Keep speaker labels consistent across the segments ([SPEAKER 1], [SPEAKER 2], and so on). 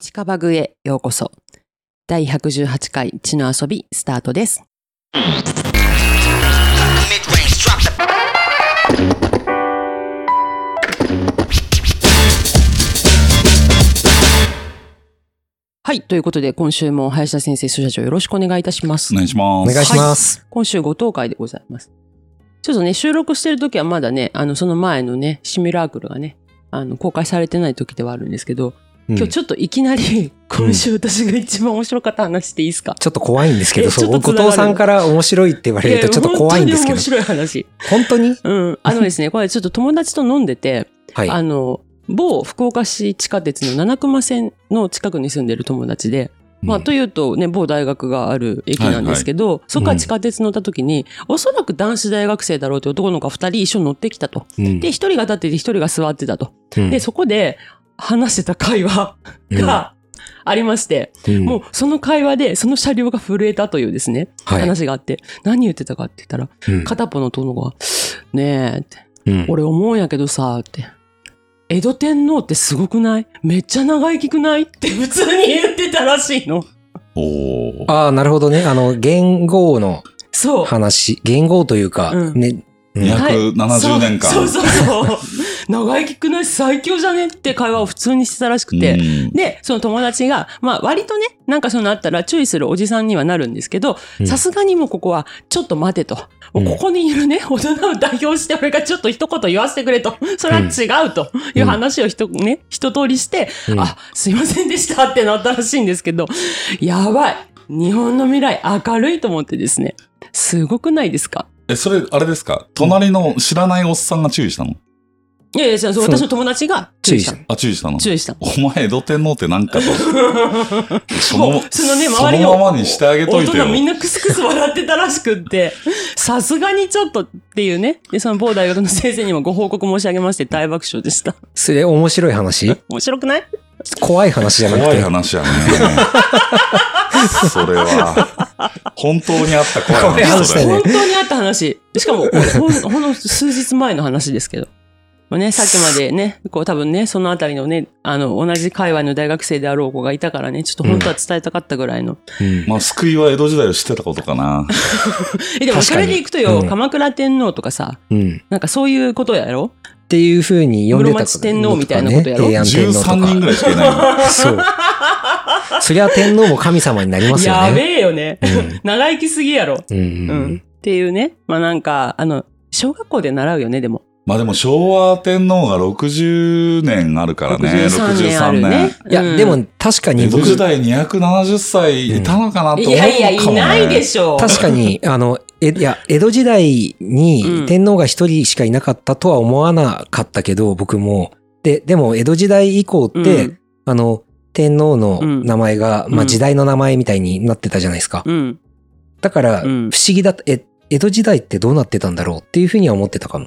[SPEAKER 1] 近場具へようこそ。第118回地の遊びスタートです。
[SPEAKER 2] Mid-range, drop the
[SPEAKER 1] はい。ということで、今週も林田先生、スジャ長よろしくお願いいたします
[SPEAKER 3] お。願いしま
[SPEAKER 4] お
[SPEAKER 3] す。
[SPEAKER 4] 願いします。
[SPEAKER 1] 今週ご当会でございます。ちょっとね、収録してる時はまだね、あの、その前のね、シミュラークルがね、あの、公開されてない時ではあるんですけど、
[SPEAKER 4] うん
[SPEAKER 1] 今日ちょっといきな り、今週私が一番面白かった話していいですか、
[SPEAKER 4] ちょっと怖いんですけ
[SPEAKER 1] え
[SPEAKER 4] ど、そう
[SPEAKER 1] ちょっと
[SPEAKER 4] 後
[SPEAKER 1] つながる
[SPEAKER 4] 藤さんから面白いって言われるとちょっと怖いんです
[SPEAKER 1] や、本当に
[SPEAKER 4] けど
[SPEAKER 1] 面白い話。
[SPEAKER 4] 本当に
[SPEAKER 1] うん。あのですね、これちょっと友達と飲んでて、
[SPEAKER 4] は
[SPEAKER 1] あ
[SPEAKER 4] い。
[SPEAKER 1] の、某福岡市地下鉄の七熊線の近くに住んでる友達で、まあ、というとね、某大学がある駅なんですけど、そこから地下鉄乗った時に、おそらく男子大学生だろうという男の子が二人一緒に乗ってきたと。
[SPEAKER 4] うん
[SPEAKER 1] で、一人が立ってて一人が座ってたと。
[SPEAKER 4] うん
[SPEAKER 1] で、そこで話してた会話が ありまして、
[SPEAKER 4] うん
[SPEAKER 1] もうその会話でその車両が震えたというですね、
[SPEAKER 4] はい
[SPEAKER 1] 話があって、何言ってたかって言ったら、
[SPEAKER 4] うん
[SPEAKER 1] 片方の男の子が、ねえって、
[SPEAKER 4] うん
[SPEAKER 1] 俺思うんやけどさ、って。江戸天皇ってすごくないめっちゃ長生きくないって普通に言ってたらしいの。
[SPEAKER 3] おー
[SPEAKER 4] ああ、なるほどね。あの、元号の
[SPEAKER 1] そう。
[SPEAKER 4] 話、元号というか、
[SPEAKER 1] うん
[SPEAKER 4] ね、うん
[SPEAKER 3] 270年間。
[SPEAKER 1] そうそうそうそう。長生きくない最強じゃねって会話を普通にしてたらしくて。
[SPEAKER 3] うん
[SPEAKER 1] で、その友達が、まあ割とね、なんかそういうのあったら注意するおじさんにはなるんですけど
[SPEAKER 4] う、ん
[SPEAKER 1] さすがにもうここはちょっと待てと。もうここにいるね、 大人を代表して俺がちょっと一言言わせてくれと。それは違うという話をひと、ね、一通りして、
[SPEAKER 4] うん
[SPEAKER 1] あ、すいませんでしたってなったらしいんですけど、やばい。日本の未来明るいと思ってですね。すごくないですか
[SPEAKER 3] え、それ、あれですか隣の知らないおっさんが注意したの
[SPEAKER 1] いやいや、そう
[SPEAKER 4] そう
[SPEAKER 1] 私の友達が注
[SPEAKER 4] 注
[SPEAKER 1] 意
[SPEAKER 4] 意
[SPEAKER 1] し
[SPEAKER 4] したた
[SPEAKER 1] の。。
[SPEAKER 3] あ、注意したの
[SPEAKER 1] 注意したの。
[SPEAKER 3] お前、江戸天皇ってなん かと。そ
[SPEAKER 1] もうそのね、周り
[SPEAKER 3] そ
[SPEAKER 1] の
[SPEAKER 3] のままにしてあげと
[SPEAKER 1] 大
[SPEAKER 3] いてよ
[SPEAKER 1] 人。みんなクスクス笑ってたらしくって、さすがにちょっとっていうね。で、その某大学の先生にもご報告申し上げまして大爆笑でした。
[SPEAKER 4] それ面白い話
[SPEAKER 1] 面白くない
[SPEAKER 4] 怖い話じゃなく
[SPEAKER 3] 怖い
[SPEAKER 4] て。
[SPEAKER 3] 話やね。それは、本当にあった怖
[SPEAKER 4] 怖
[SPEAKER 3] い
[SPEAKER 4] い
[SPEAKER 3] 話
[SPEAKER 4] 話
[SPEAKER 3] そ
[SPEAKER 4] だ
[SPEAKER 3] れ。
[SPEAKER 4] ね
[SPEAKER 1] 本当にあった話。しかも、ほん ほんの数日前の話ですけど。まあね、さっきまでね、こう多分ね、そのあたりのね、あの、同じ界隈の大学生であろう子がいたからね、ちょっと本当は伝えたかったぐらいの。
[SPEAKER 4] うん
[SPEAKER 3] まあ、救いは江戸時代を知ってたことかな。
[SPEAKER 1] え、でもそれでいくとよ、
[SPEAKER 4] 確かにうん
[SPEAKER 1] 鎌倉天皇とかさ、
[SPEAKER 4] うんっ
[SPEAKER 1] なんかそういうことやろ
[SPEAKER 4] ていうふうに読んでた
[SPEAKER 1] 室町天皇みたいなことやろ
[SPEAKER 4] 平安天皇とか。
[SPEAKER 3] 13人ぐらいしかいないの。
[SPEAKER 4] そう。そりゃ天皇も神様になりますよね。
[SPEAKER 1] やべえよね。
[SPEAKER 4] うん
[SPEAKER 1] 長生きすぎやろ。
[SPEAKER 4] うんうん
[SPEAKER 1] う。
[SPEAKER 4] うんん
[SPEAKER 1] っていうね。まあなんか、あの、小学校で習うよね、でも。
[SPEAKER 3] まあでも昭和天皇が60年あるからね。
[SPEAKER 1] 63年あるね。
[SPEAKER 4] いや、
[SPEAKER 1] うん
[SPEAKER 4] でも確かに
[SPEAKER 3] 江戸
[SPEAKER 4] 僕、
[SPEAKER 3] 時代270歳いたのかなと
[SPEAKER 1] い
[SPEAKER 3] 思うかも、
[SPEAKER 1] や
[SPEAKER 3] ね
[SPEAKER 1] いや、いないでしょう。
[SPEAKER 4] 確 かに、あの、え、いや、江戸時代
[SPEAKER 1] うん
[SPEAKER 4] に天皇が一人しかいなかったとは思わなかったけど、僕も。で、でも江戸時代以降って、
[SPEAKER 1] うん
[SPEAKER 4] あの、天皇の
[SPEAKER 1] うん
[SPEAKER 4] 名前が、ま
[SPEAKER 1] う
[SPEAKER 4] あ
[SPEAKER 1] ん
[SPEAKER 4] 時代の名前みたいになってたじゃないですか。
[SPEAKER 1] うん。
[SPEAKER 4] だから、
[SPEAKER 1] う
[SPEAKER 4] 不
[SPEAKER 1] ん
[SPEAKER 4] 思議だった、え、江戸時代ってどうなってたんだろうっていうふうには思ってたかも。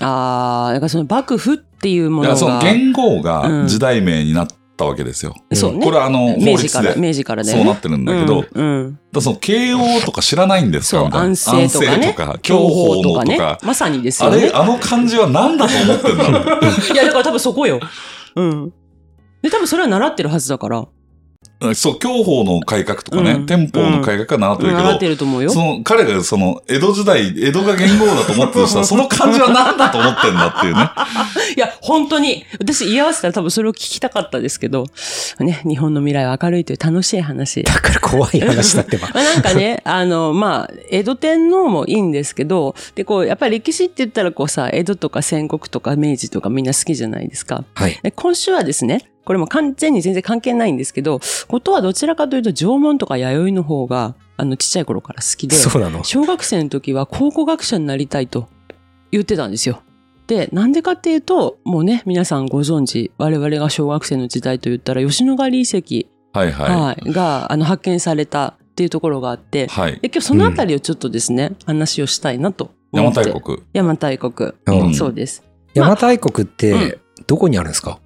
[SPEAKER 1] ああ、だからその幕府っていうも
[SPEAKER 3] だか
[SPEAKER 1] のが。
[SPEAKER 3] らその元号
[SPEAKER 1] うん
[SPEAKER 3] が時代名になったわけですよ。
[SPEAKER 1] そうね。
[SPEAKER 3] これはあの、
[SPEAKER 1] 明
[SPEAKER 3] 法
[SPEAKER 1] 治か
[SPEAKER 3] 律
[SPEAKER 1] ら、
[SPEAKER 3] で
[SPEAKER 1] 明治からだよ
[SPEAKER 3] そ
[SPEAKER 1] ね。
[SPEAKER 3] うなってるんだけど、だか
[SPEAKER 1] うん。うん
[SPEAKER 3] らその慶応とか知らないんです
[SPEAKER 1] そ
[SPEAKER 3] か
[SPEAKER 1] う、
[SPEAKER 3] みたいな
[SPEAKER 1] 安政とかね。
[SPEAKER 3] 安政享保のとか。
[SPEAKER 1] 享ね。まさにです
[SPEAKER 3] あ
[SPEAKER 1] よ
[SPEAKER 3] れ、
[SPEAKER 1] ね。
[SPEAKER 3] あの漢字は何だと思ってんだろう
[SPEAKER 1] いや、だから多分そこよ。うん。で、多分それは習ってるはずだから。
[SPEAKER 3] うん そう、享保の改革とかね、
[SPEAKER 1] うん
[SPEAKER 3] 天保の改革は習ってるけど、
[SPEAKER 1] 習ってると思うよ。
[SPEAKER 3] その、彼がその、江戸時代、江戸が元号だと思ってる人 は、その漢字は何だと思ってんだっていうね。
[SPEAKER 1] いや、本当に、私言い合わせたら多分それを聞きたかったですけど、ね、日本の未来は明るいという楽しい話。
[SPEAKER 4] だから怖い話だってば。
[SPEAKER 1] まあ、なんか ね、あの、まあ、江戸天皇もいいんですけど、で、こう、やっぱり歴史って言ったら、こうさ、江戸とか戦国とか明治とかみんな好きじゃないですか。
[SPEAKER 4] はい。
[SPEAKER 1] で今週はですね、これも完全に全然関係ないんですけど、ことはどちらかというと、縄文とか弥生の方が、あの、ちっちゃい頃から好き で、
[SPEAKER 4] そうなの。
[SPEAKER 1] 小学生の時は考古学者になりたいと言ってたんですよ。で、なんでかっていうと、もうね、皆さんご存知、我々が小学生の時代と言ったら、吉野ヶ里遺跡、
[SPEAKER 3] はいは
[SPEAKER 1] はいがあの発見されたっていうところがあって
[SPEAKER 3] い。、はい。
[SPEAKER 1] で今日そのあたりをちょっとですね、話をしたいなと
[SPEAKER 3] 邪
[SPEAKER 1] 思
[SPEAKER 3] 馬
[SPEAKER 1] って。
[SPEAKER 3] 台国。
[SPEAKER 1] 邪馬台国。
[SPEAKER 3] うん
[SPEAKER 1] そうです。
[SPEAKER 4] 邪馬台国って、どこにあるんですか、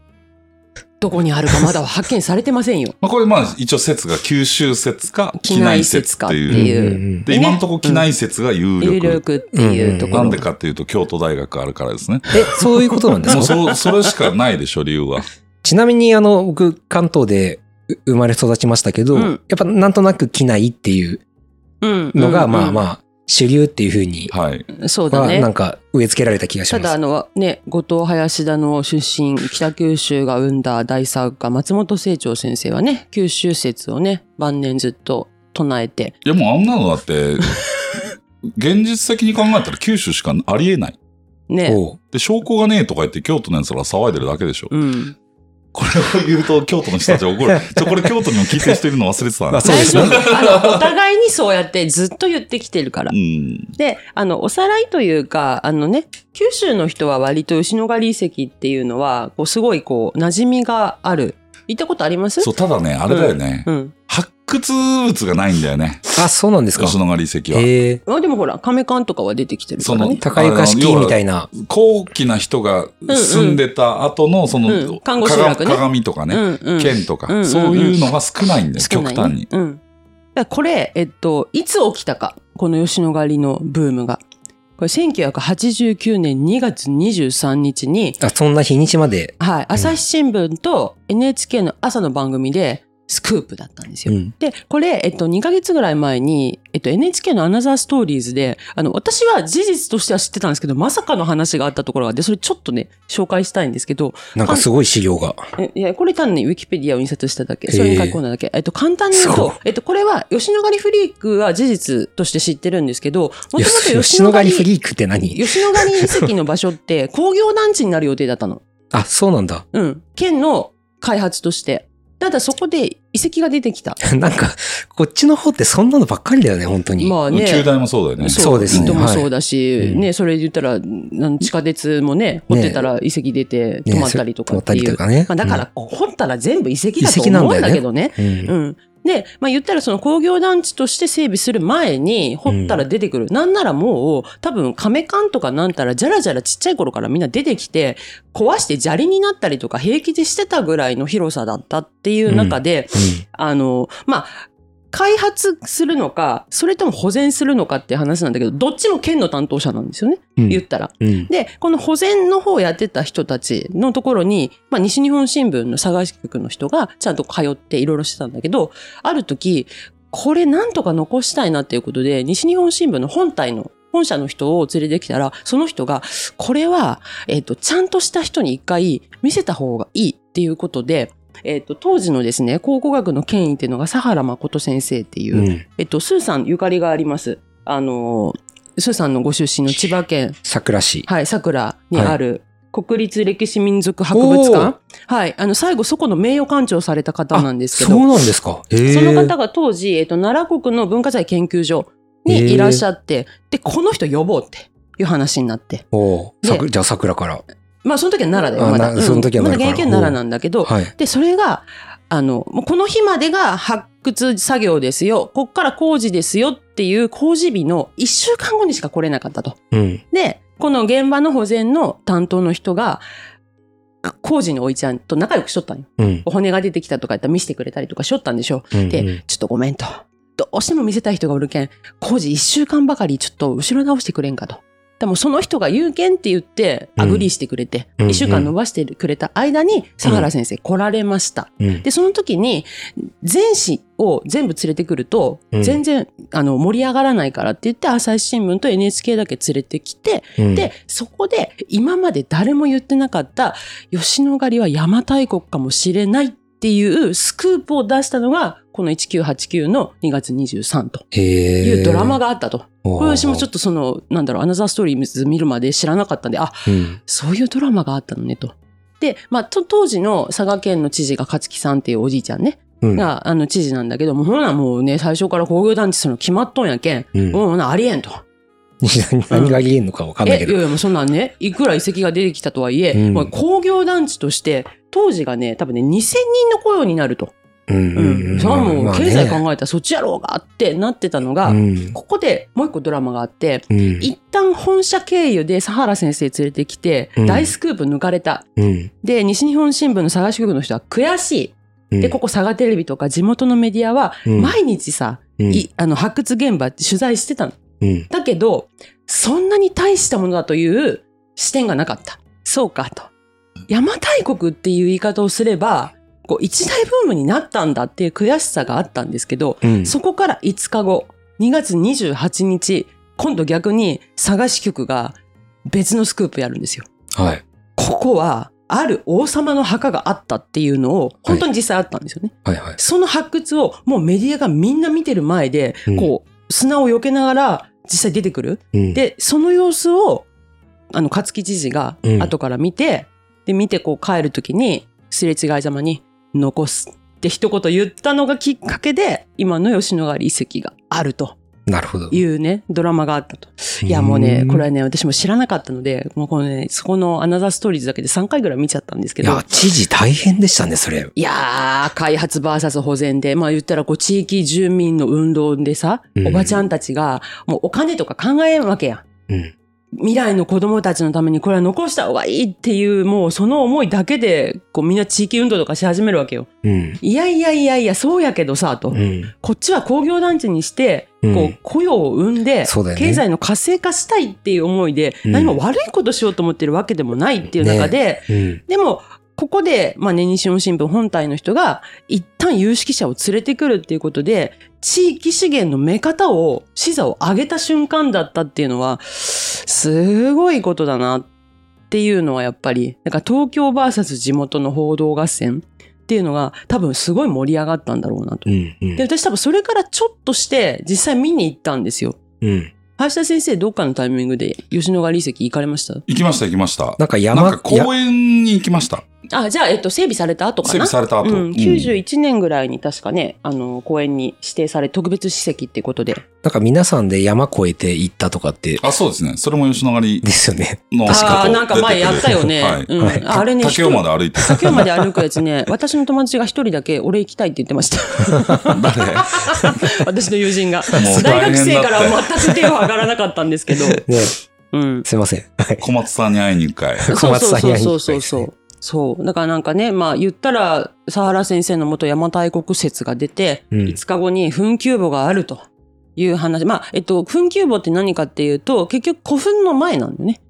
[SPEAKER 1] どこにあるかまだ発見されてません
[SPEAKER 3] 。
[SPEAKER 1] よ
[SPEAKER 3] まあ、これまあ一応説が九州説か
[SPEAKER 1] 畿
[SPEAKER 3] 畿
[SPEAKER 1] 内
[SPEAKER 3] 内
[SPEAKER 1] 説
[SPEAKER 3] 説
[SPEAKER 1] か
[SPEAKER 3] か
[SPEAKER 1] っ
[SPEAKER 3] ってて
[SPEAKER 1] い
[SPEAKER 3] いうう。
[SPEAKER 4] ん
[SPEAKER 3] で、
[SPEAKER 1] ね
[SPEAKER 3] 今のところ機内説が有力。
[SPEAKER 1] 有力っていうところ。
[SPEAKER 3] なんでかっていうと京都大学あるからですね。
[SPEAKER 4] え、 そういうことなんです
[SPEAKER 3] もう
[SPEAKER 4] か
[SPEAKER 3] そそれしかないでしょ、理由は。
[SPEAKER 4] ちなみに、あの、僕、関東でう生まれ育ちましたけど、
[SPEAKER 1] うん
[SPEAKER 4] やっぱなんとなく機内っていう
[SPEAKER 1] うん。
[SPEAKER 4] のが、まあま
[SPEAKER 1] あ。
[SPEAKER 4] あ、主流っていうふうに、
[SPEAKER 3] はい。
[SPEAKER 1] そうだ
[SPEAKER 4] は、
[SPEAKER 1] ね
[SPEAKER 4] な。んか植え付けられた気がしたます。
[SPEAKER 1] だあのね、後藤林田の出身、北九州が生んだ大作家、松本清張先生はね、九州説をね、晩年ずっと唱えて、
[SPEAKER 3] いやもうあんなのだって、現実的に考えたら九州しかありえない。
[SPEAKER 1] ね、
[SPEAKER 4] おう
[SPEAKER 3] で、証拠がねえとか言って京都のやつら騒いでるだけでしょ。
[SPEAKER 1] うん。
[SPEAKER 3] これを言うと京都の人たち怒る。ちょ、これ京都にも聞いてる人いるの忘れてた
[SPEAKER 4] ま
[SPEAKER 3] な
[SPEAKER 4] あ、。そうですね
[SPEAKER 1] 大。丈夫あの、お互いにそうやってずっと言ってきてるから
[SPEAKER 3] う。ん。
[SPEAKER 1] で、あの、おさらいというか、あのね、九州の人は割と吉野ヶ里遺跡っていうのは、こう、すごいこう、馴染みがある。行ったことあります
[SPEAKER 3] そう、ただね、あれだよね。
[SPEAKER 1] うん。
[SPEAKER 3] 発掘物がないんだよね。
[SPEAKER 4] あ、そうなんですか。
[SPEAKER 3] 吉野ヶ里遺跡は。
[SPEAKER 4] ええ
[SPEAKER 1] あでもほら、亀缶とかは出てきてるからね。
[SPEAKER 4] 高床式みたいな。
[SPEAKER 3] 高貴な人が住んでた後の、その、
[SPEAKER 1] うん看護集落ね
[SPEAKER 3] 鏡鏡とかね、
[SPEAKER 1] うんうん。
[SPEAKER 3] 剣と
[SPEAKER 1] うんうんう
[SPEAKER 3] か、
[SPEAKER 1] ん
[SPEAKER 3] そういうのが少ないんだよ、
[SPEAKER 1] 少
[SPEAKER 3] 極
[SPEAKER 1] ないね
[SPEAKER 3] 端に。
[SPEAKER 1] うん。だからこれ、えっと、いつ起きたか。この吉野ヶ里のブームが。これ、1989年2月23日に、
[SPEAKER 4] あ、そんな日にちまで。
[SPEAKER 1] はい、朝日新聞と NHK の朝の番組で、スクープだったんですよ。
[SPEAKER 4] うん。
[SPEAKER 1] で、これ、えっと、2ヶ月ぐらい前に、えっと、NHK のアナザーストーリーズで、あの、私は事実としては知ってたんですけど、まさかの話があったところがあって、それちょっとね、紹介したいんですけど、
[SPEAKER 4] なんかすごい資料が。
[SPEAKER 1] えいや、これ単にウィキペディアを印刷しただけ、
[SPEAKER 4] へー
[SPEAKER 1] それに書き込んだだけ。えっと、簡単に言う
[SPEAKER 4] すごい
[SPEAKER 1] と、えっと、これは、吉野ヶ里フリークは事実として知ってるんですけど、もと
[SPEAKER 4] い
[SPEAKER 1] も
[SPEAKER 4] や
[SPEAKER 1] と
[SPEAKER 4] 吉野ヶ里フリークって何
[SPEAKER 1] 吉野ヶ里遺跡の場所っ て、工業団地になる予定だったの。
[SPEAKER 4] あ、そうなんだ。
[SPEAKER 1] うん。県の開発として。ただそこで遺跡が出てきた。
[SPEAKER 4] なんか、こっちの方ってそんなのばっかりだよね、本当に。
[SPEAKER 1] まあね。
[SPEAKER 3] 中大もそうだよね。
[SPEAKER 4] そうですね
[SPEAKER 1] 糸もそうだし、
[SPEAKER 4] はい
[SPEAKER 1] ね、それで言ったら、なん地下鉄もね、掘ってたら遺跡出て
[SPEAKER 4] ね
[SPEAKER 1] 止まったりとかっていう。
[SPEAKER 4] 止まったりとかね
[SPEAKER 1] まあ、だから、掘ったら全部遺跡だと
[SPEAKER 4] 遺跡なん
[SPEAKER 1] 思う
[SPEAKER 4] だ
[SPEAKER 1] ん
[SPEAKER 4] よね
[SPEAKER 1] だけどね。
[SPEAKER 4] うん
[SPEAKER 1] うん。で、まあ言ったらその工業団地として整備する前に掘ったら出てくる。なんならもう、多分亀缶とかなんたら、じゃらじゃらちっちゃい頃からみんな出てきて、壊して砂利になったりとか平気でしてたぐらいの広さだったっていう中で、
[SPEAKER 4] うん
[SPEAKER 1] あの、まあ、開発するのか、それとも保全するのかっていう話なんだけど、どっちも県の担当者なんですよね。
[SPEAKER 4] うん
[SPEAKER 1] 言ったら。
[SPEAKER 4] うん
[SPEAKER 1] で、この保全の方をやってた人たちのところに、まあ、西日本新聞の佐賀支局の人がちゃんと通っていろいろしてたんだけど、ある時、これなんとか残したいなっていうことで、西日本新聞の本体の、本社の人を連れてきたら、その人が、これは、えっ、と、ちゃんとした人に一回見せた方がいいっていうことで、えっ、と、当時のですね、考古学の権威っていうのが、佐原誠先生っていう、
[SPEAKER 4] うん
[SPEAKER 1] えっと、スーさんゆかりがあります。あの、スーさんのご出身の千葉県
[SPEAKER 4] 桜市。
[SPEAKER 1] はい、桜にある、国立歴史民族博物館。はい、あの、最後そこの名誉館長された方なんですけど、
[SPEAKER 4] そうなんですか。え
[SPEAKER 1] その方
[SPEAKER 4] が。
[SPEAKER 1] が当時、えっと、奈良国の文化財研究所にいらっしゃって、で、この人呼ぼうっていう話になって。
[SPEAKER 4] おう
[SPEAKER 1] で
[SPEAKER 4] さくじゃあ桜から。
[SPEAKER 1] まあ、その時は奈良だよ、
[SPEAKER 4] あ
[SPEAKER 1] まだ。
[SPEAKER 4] なその時は
[SPEAKER 1] まだ
[SPEAKER 4] 奈
[SPEAKER 1] 現
[SPEAKER 4] 良
[SPEAKER 1] 役
[SPEAKER 4] か
[SPEAKER 1] は奈良なんだけど、
[SPEAKER 4] はい。
[SPEAKER 1] で、それが、あの、もうこの日までが発掘作業ですよ、こっから工事ですよっていう工事日の1週間後にしか来れなかったと。
[SPEAKER 4] うん。
[SPEAKER 1] で、この現場の保全の担当の人が、く工事のおいちゃんと仲良くしとったんよ。
[SPEAKER 4] うん。
[SPEAKER 1] お骨が出てきたとか言ったら見せてくれたりとかしとったんでしょ
[SPEAKER 4] うん
[SPEAKER 1] う。で、ちょっとごめんと。どうしても見せたい人がおるけん、工事一週間ばかりちょっと後ろ直してくれんかと。でもその人が言うけんって言って、
[SPEAKER 4] うん
[SPEAKER 1] アグリーしてくれて、
[SPEAKER 4] うん
[SPEAKER 1] 一週間伸ばしてくれた間に、佐原先生来られました。
[SPEAKER 4] うん
[SPEAKER 1] で、その時に、全市を全部連れてくると、
[SPEAKER 4] うん
[SPEAKER 1] 全然、あの、盛り上がらないからって言って、朝日新聞と NHK だけ連れてきて、
[SPEAKER 4] うん
[SPEAKER 1] で、そこで今まで誰も言ってなかった吉野狩りは邪馬台国かもしれないっていうスクープを出したのが、この1989の2月23と
[SPEAKER 4] へえ
[SPEAKER 1] いうドラマがあったと。
[SPEAKER 4] おう
[SPEAKER 1] 私もちょっとその、なんだろう、アナザーストーリーズ見るまで知らなかったんで、あ、
[SPEAKER 4] うん
[SPEAKER 1] そういうドラマがあったのねと。で、まあ、と当時の佐賀県の知事が勝木さんっていうおじいちゃんね、
[SPEAKER 4] うん
[SPEAKER 1] が、あの、知事なんだけども、ほなもうね、最初から工業団地するの決まっとんやけん、
[SPEAKER 4] う
[SPEAKER 1] うんん、ほなありえんと。
[SPEAKER 4] 何が言えんのかわかんない
[SPEAKER 1] え、
[SPEAKER 4] け
[SPEAKER 1] いや
[SPEAKER 4] ど。
[SPEAKER 1] いや、もうそんなんね、いくら遺跡が出てきたとはいえ、
[SPEAKER 4] うん
[SPEAKER 1] まあ工業団地として、当時がね、多分ね、2000人の雇用になると。
[SPEAKER 4] うん
[SPEAKER 1] うん。それはもう、経済考
[SPEAKER 4] え
[SPEAKER 1] えたらそっちやろうがってなってたのが、
[SPEAKER 4] うん。
[SPEAKER 1] ここでもう一個ドラマがあって、
[SPEAKER 4] うん
[SPEAKER 1] 一旦本社経由で佐原先生連れてきて、
[SPEAKER 4] うん
[SPEAKER 1] 大スクープ抜かれた。
[SPEAKER 4] うん
[SPEAKER 1] で、西日本新聞の佐賀支局の人は悔し
[SPEAKER 4] う
[SPEAKER 1] い。
[SPEAKER 4] ん。
[SPEAKER 1] で、ここ佐賀テレビとか地元のメディアは、
[SPEAKER 4] うん
[SPEAKER 1] 毎日さ、
[SPEAKER 4] うん
[SPEAKER 1] いあの、発掘現場取材してたの。
[SPEAKER 4] うん
[SPEAKER 1] だけど、そんなに大したものだという視点がなかった。そうかと。邪馬台国っていう言い方をすれば、こう一大ブームになったんだっていう悔しさがあったんですけど、
[SPEAKER 4] うん
[SPEAKER 1] そこから5日後、2月28日、今度逆に佐賀支局が別のスクープやるんですよ。
[SPEAKER 4] はい。
[SPEAKER 1] ここは、ある王様の墓があったっていうのを、本当に実際あったんですよね。
[SPEAKER 4] はいはい。
[SPEAKER 1] その発掘をもうメディアがみんな見てる前で、
[SPEAKER 4] うん
[SPEAKER 1] こう、砂を避けながら実際出てくる。
[SPEAKER 4] うん、
[SPEAKER 1] で、その様子を、あの、勝木知事が
[SPEAKER 4] うん
[SPEAKER 1] 後から見て、で、見てこう帰るときに、すれ違いざまに、残すって一言言ったのがきっかけで、今の吉野ヶ里遺跡があると
[SPEAKER 4] なるほど。
[SPEAKER 1] いうね、ドラマがあったと。いや、もうね、これはね、私も知らなかったので、もうこのね、そこのアナザーストーリーズだけで3回ぐらい見ちゃったんですけ
[SPEAKER 4] い
[SPEAKER 1] ど。
[SPEAKER 4] や、知事大変でしたね、それ。
[SPEAKER 1] いやー、開発 VS 保全で、まあ言ったらこう地域住民の運動でさ、
[SPEAKER 4] うん
[SPEAKER 1] おばちゃんたちがもうお金とか考えんわけやん。
[SPEAKER 4] うん。
[SPEAKER 1] 未来の子供たちのためにこれは残した方がいいっていう、もうその思いだけで、こうみんな地域運動とかし始めるわけよ。
[SPEAKER 4] うん。
[SPEAKER 1] いやいやいやいや、そうやけどさ、と。
[SPEAKER 4] うん。
[SPEAKER 1] こっちは工業団地にして、
[SPEAKER 4] うん
[SPEAKER 1] こう雇用を生んで、
[SPEAKER 4] そうだよね
[SPEAKER 1] 経済の活性化したいっていう思いで、
[SPEAKER 4] うん
[SPEAKER 1] 何も悪いことしようと思ってるわけでもないっていう中で、
[SPEAKER 4] うん。
[SPEAKER 1] でも、ここで、まあ、ね、西日本新聞本体の人が、一旦有識者を連れてくるっていうことで、地域資源の目方を、視座を上げた瞬間だったっていうのは、すごいことだなっていうのはやっぱり、なんか東京 VS 地元の報道合戦っていうのが、多分すごい盛り上がったんだろうなと。
[SPEAKER 4] うん。うん
[SPEAKER 1] で、私多分それからちょっとして、実際見に行ったんですよ。
[SPEAKER 4] うん。
[SPEAKER 1] 林田先生、どっかのタイミングで吉野ヶ里遺跡行かれました
[SPEAKER 3] 行きました、行きました。
[SPEAKER 4] なんか山、
[SPEAKER 3] なんか
[SPEAKER 4] や
[SPEAKER 3] 公園に行きました。
[SPEAKER 1] あ、じゃあ、えっと、整備された後
[SPEAKER 3] 整
[SPEAKER 1] かな
[SPEAKER 3] 備された後。
[SPEAKER 1] うん、91年ぐらいに確かね、あの、公園に指定され、特別史跡ってことで。
[SPEAKER 4] なんか皆さんで山越えて行ったとかって、
[SPEAKER 3] あ、そうですね。それも吉野ヶ里
[SPEAKER 4] ですよね。
[SPEAKER 3] の
[SPEAKER 1] ああー、
[SPEAKER 3] こう
[SPEAKER 1] なんか前やったよね。
[SPEAKER 3] はい。
[SPEAKER 1] うん、
[SPEAKER 4] はい
[SPEAKER 1] ああれね、
[SPEAKER 3] 竹雄まで歩いて。
[SPEAKER 1] 竹雄まで歩くやつね、 私の友達が一人だけ、俺行きたいって言ってま した。
[SPEAKER 3] 誰
[SPEAKER 1] 私の友人が
[SPEAKER 3] う。
[SPEAKER 1] 大学生
[SPEAKER 3] 大変だっ
[SPEAKER 1] か
[SPEAKER 3] て
[SPEAKER 1] らは全く手を上がらなかったんですけど。
[SPEAKER 4] ね、
[SPEAKER 1] うん。
[SPEAKER 4] すいません。はい。
[SPEAKER 3] 小松さんに会いに行くかい。
[SPEAKER 4] 小松さんに会いに
[SPEAKER 1] そ
[SPEAKER 4] 行
[SPEAKER 1] う
[SPEAKER 4] きた
[SPEAKER 1] そ
[SPEAKER 4] いうで
[SPEAKER 1] そ
[SPEAKER 4] す
[SPEAKER 1] う
[SPEAKER 4] ね
[SPEAKER 1] そう。そう。だからなんかね、まあ言ったら、佐原先生の元邪馬台国説が出て、
[SPEAKER 4] うん
[SPEAKER 1] 5日後に墳丘墓があるという話。まあ、えっと、墳丘墓って何かっていうと、結局古墳の前なんだよね。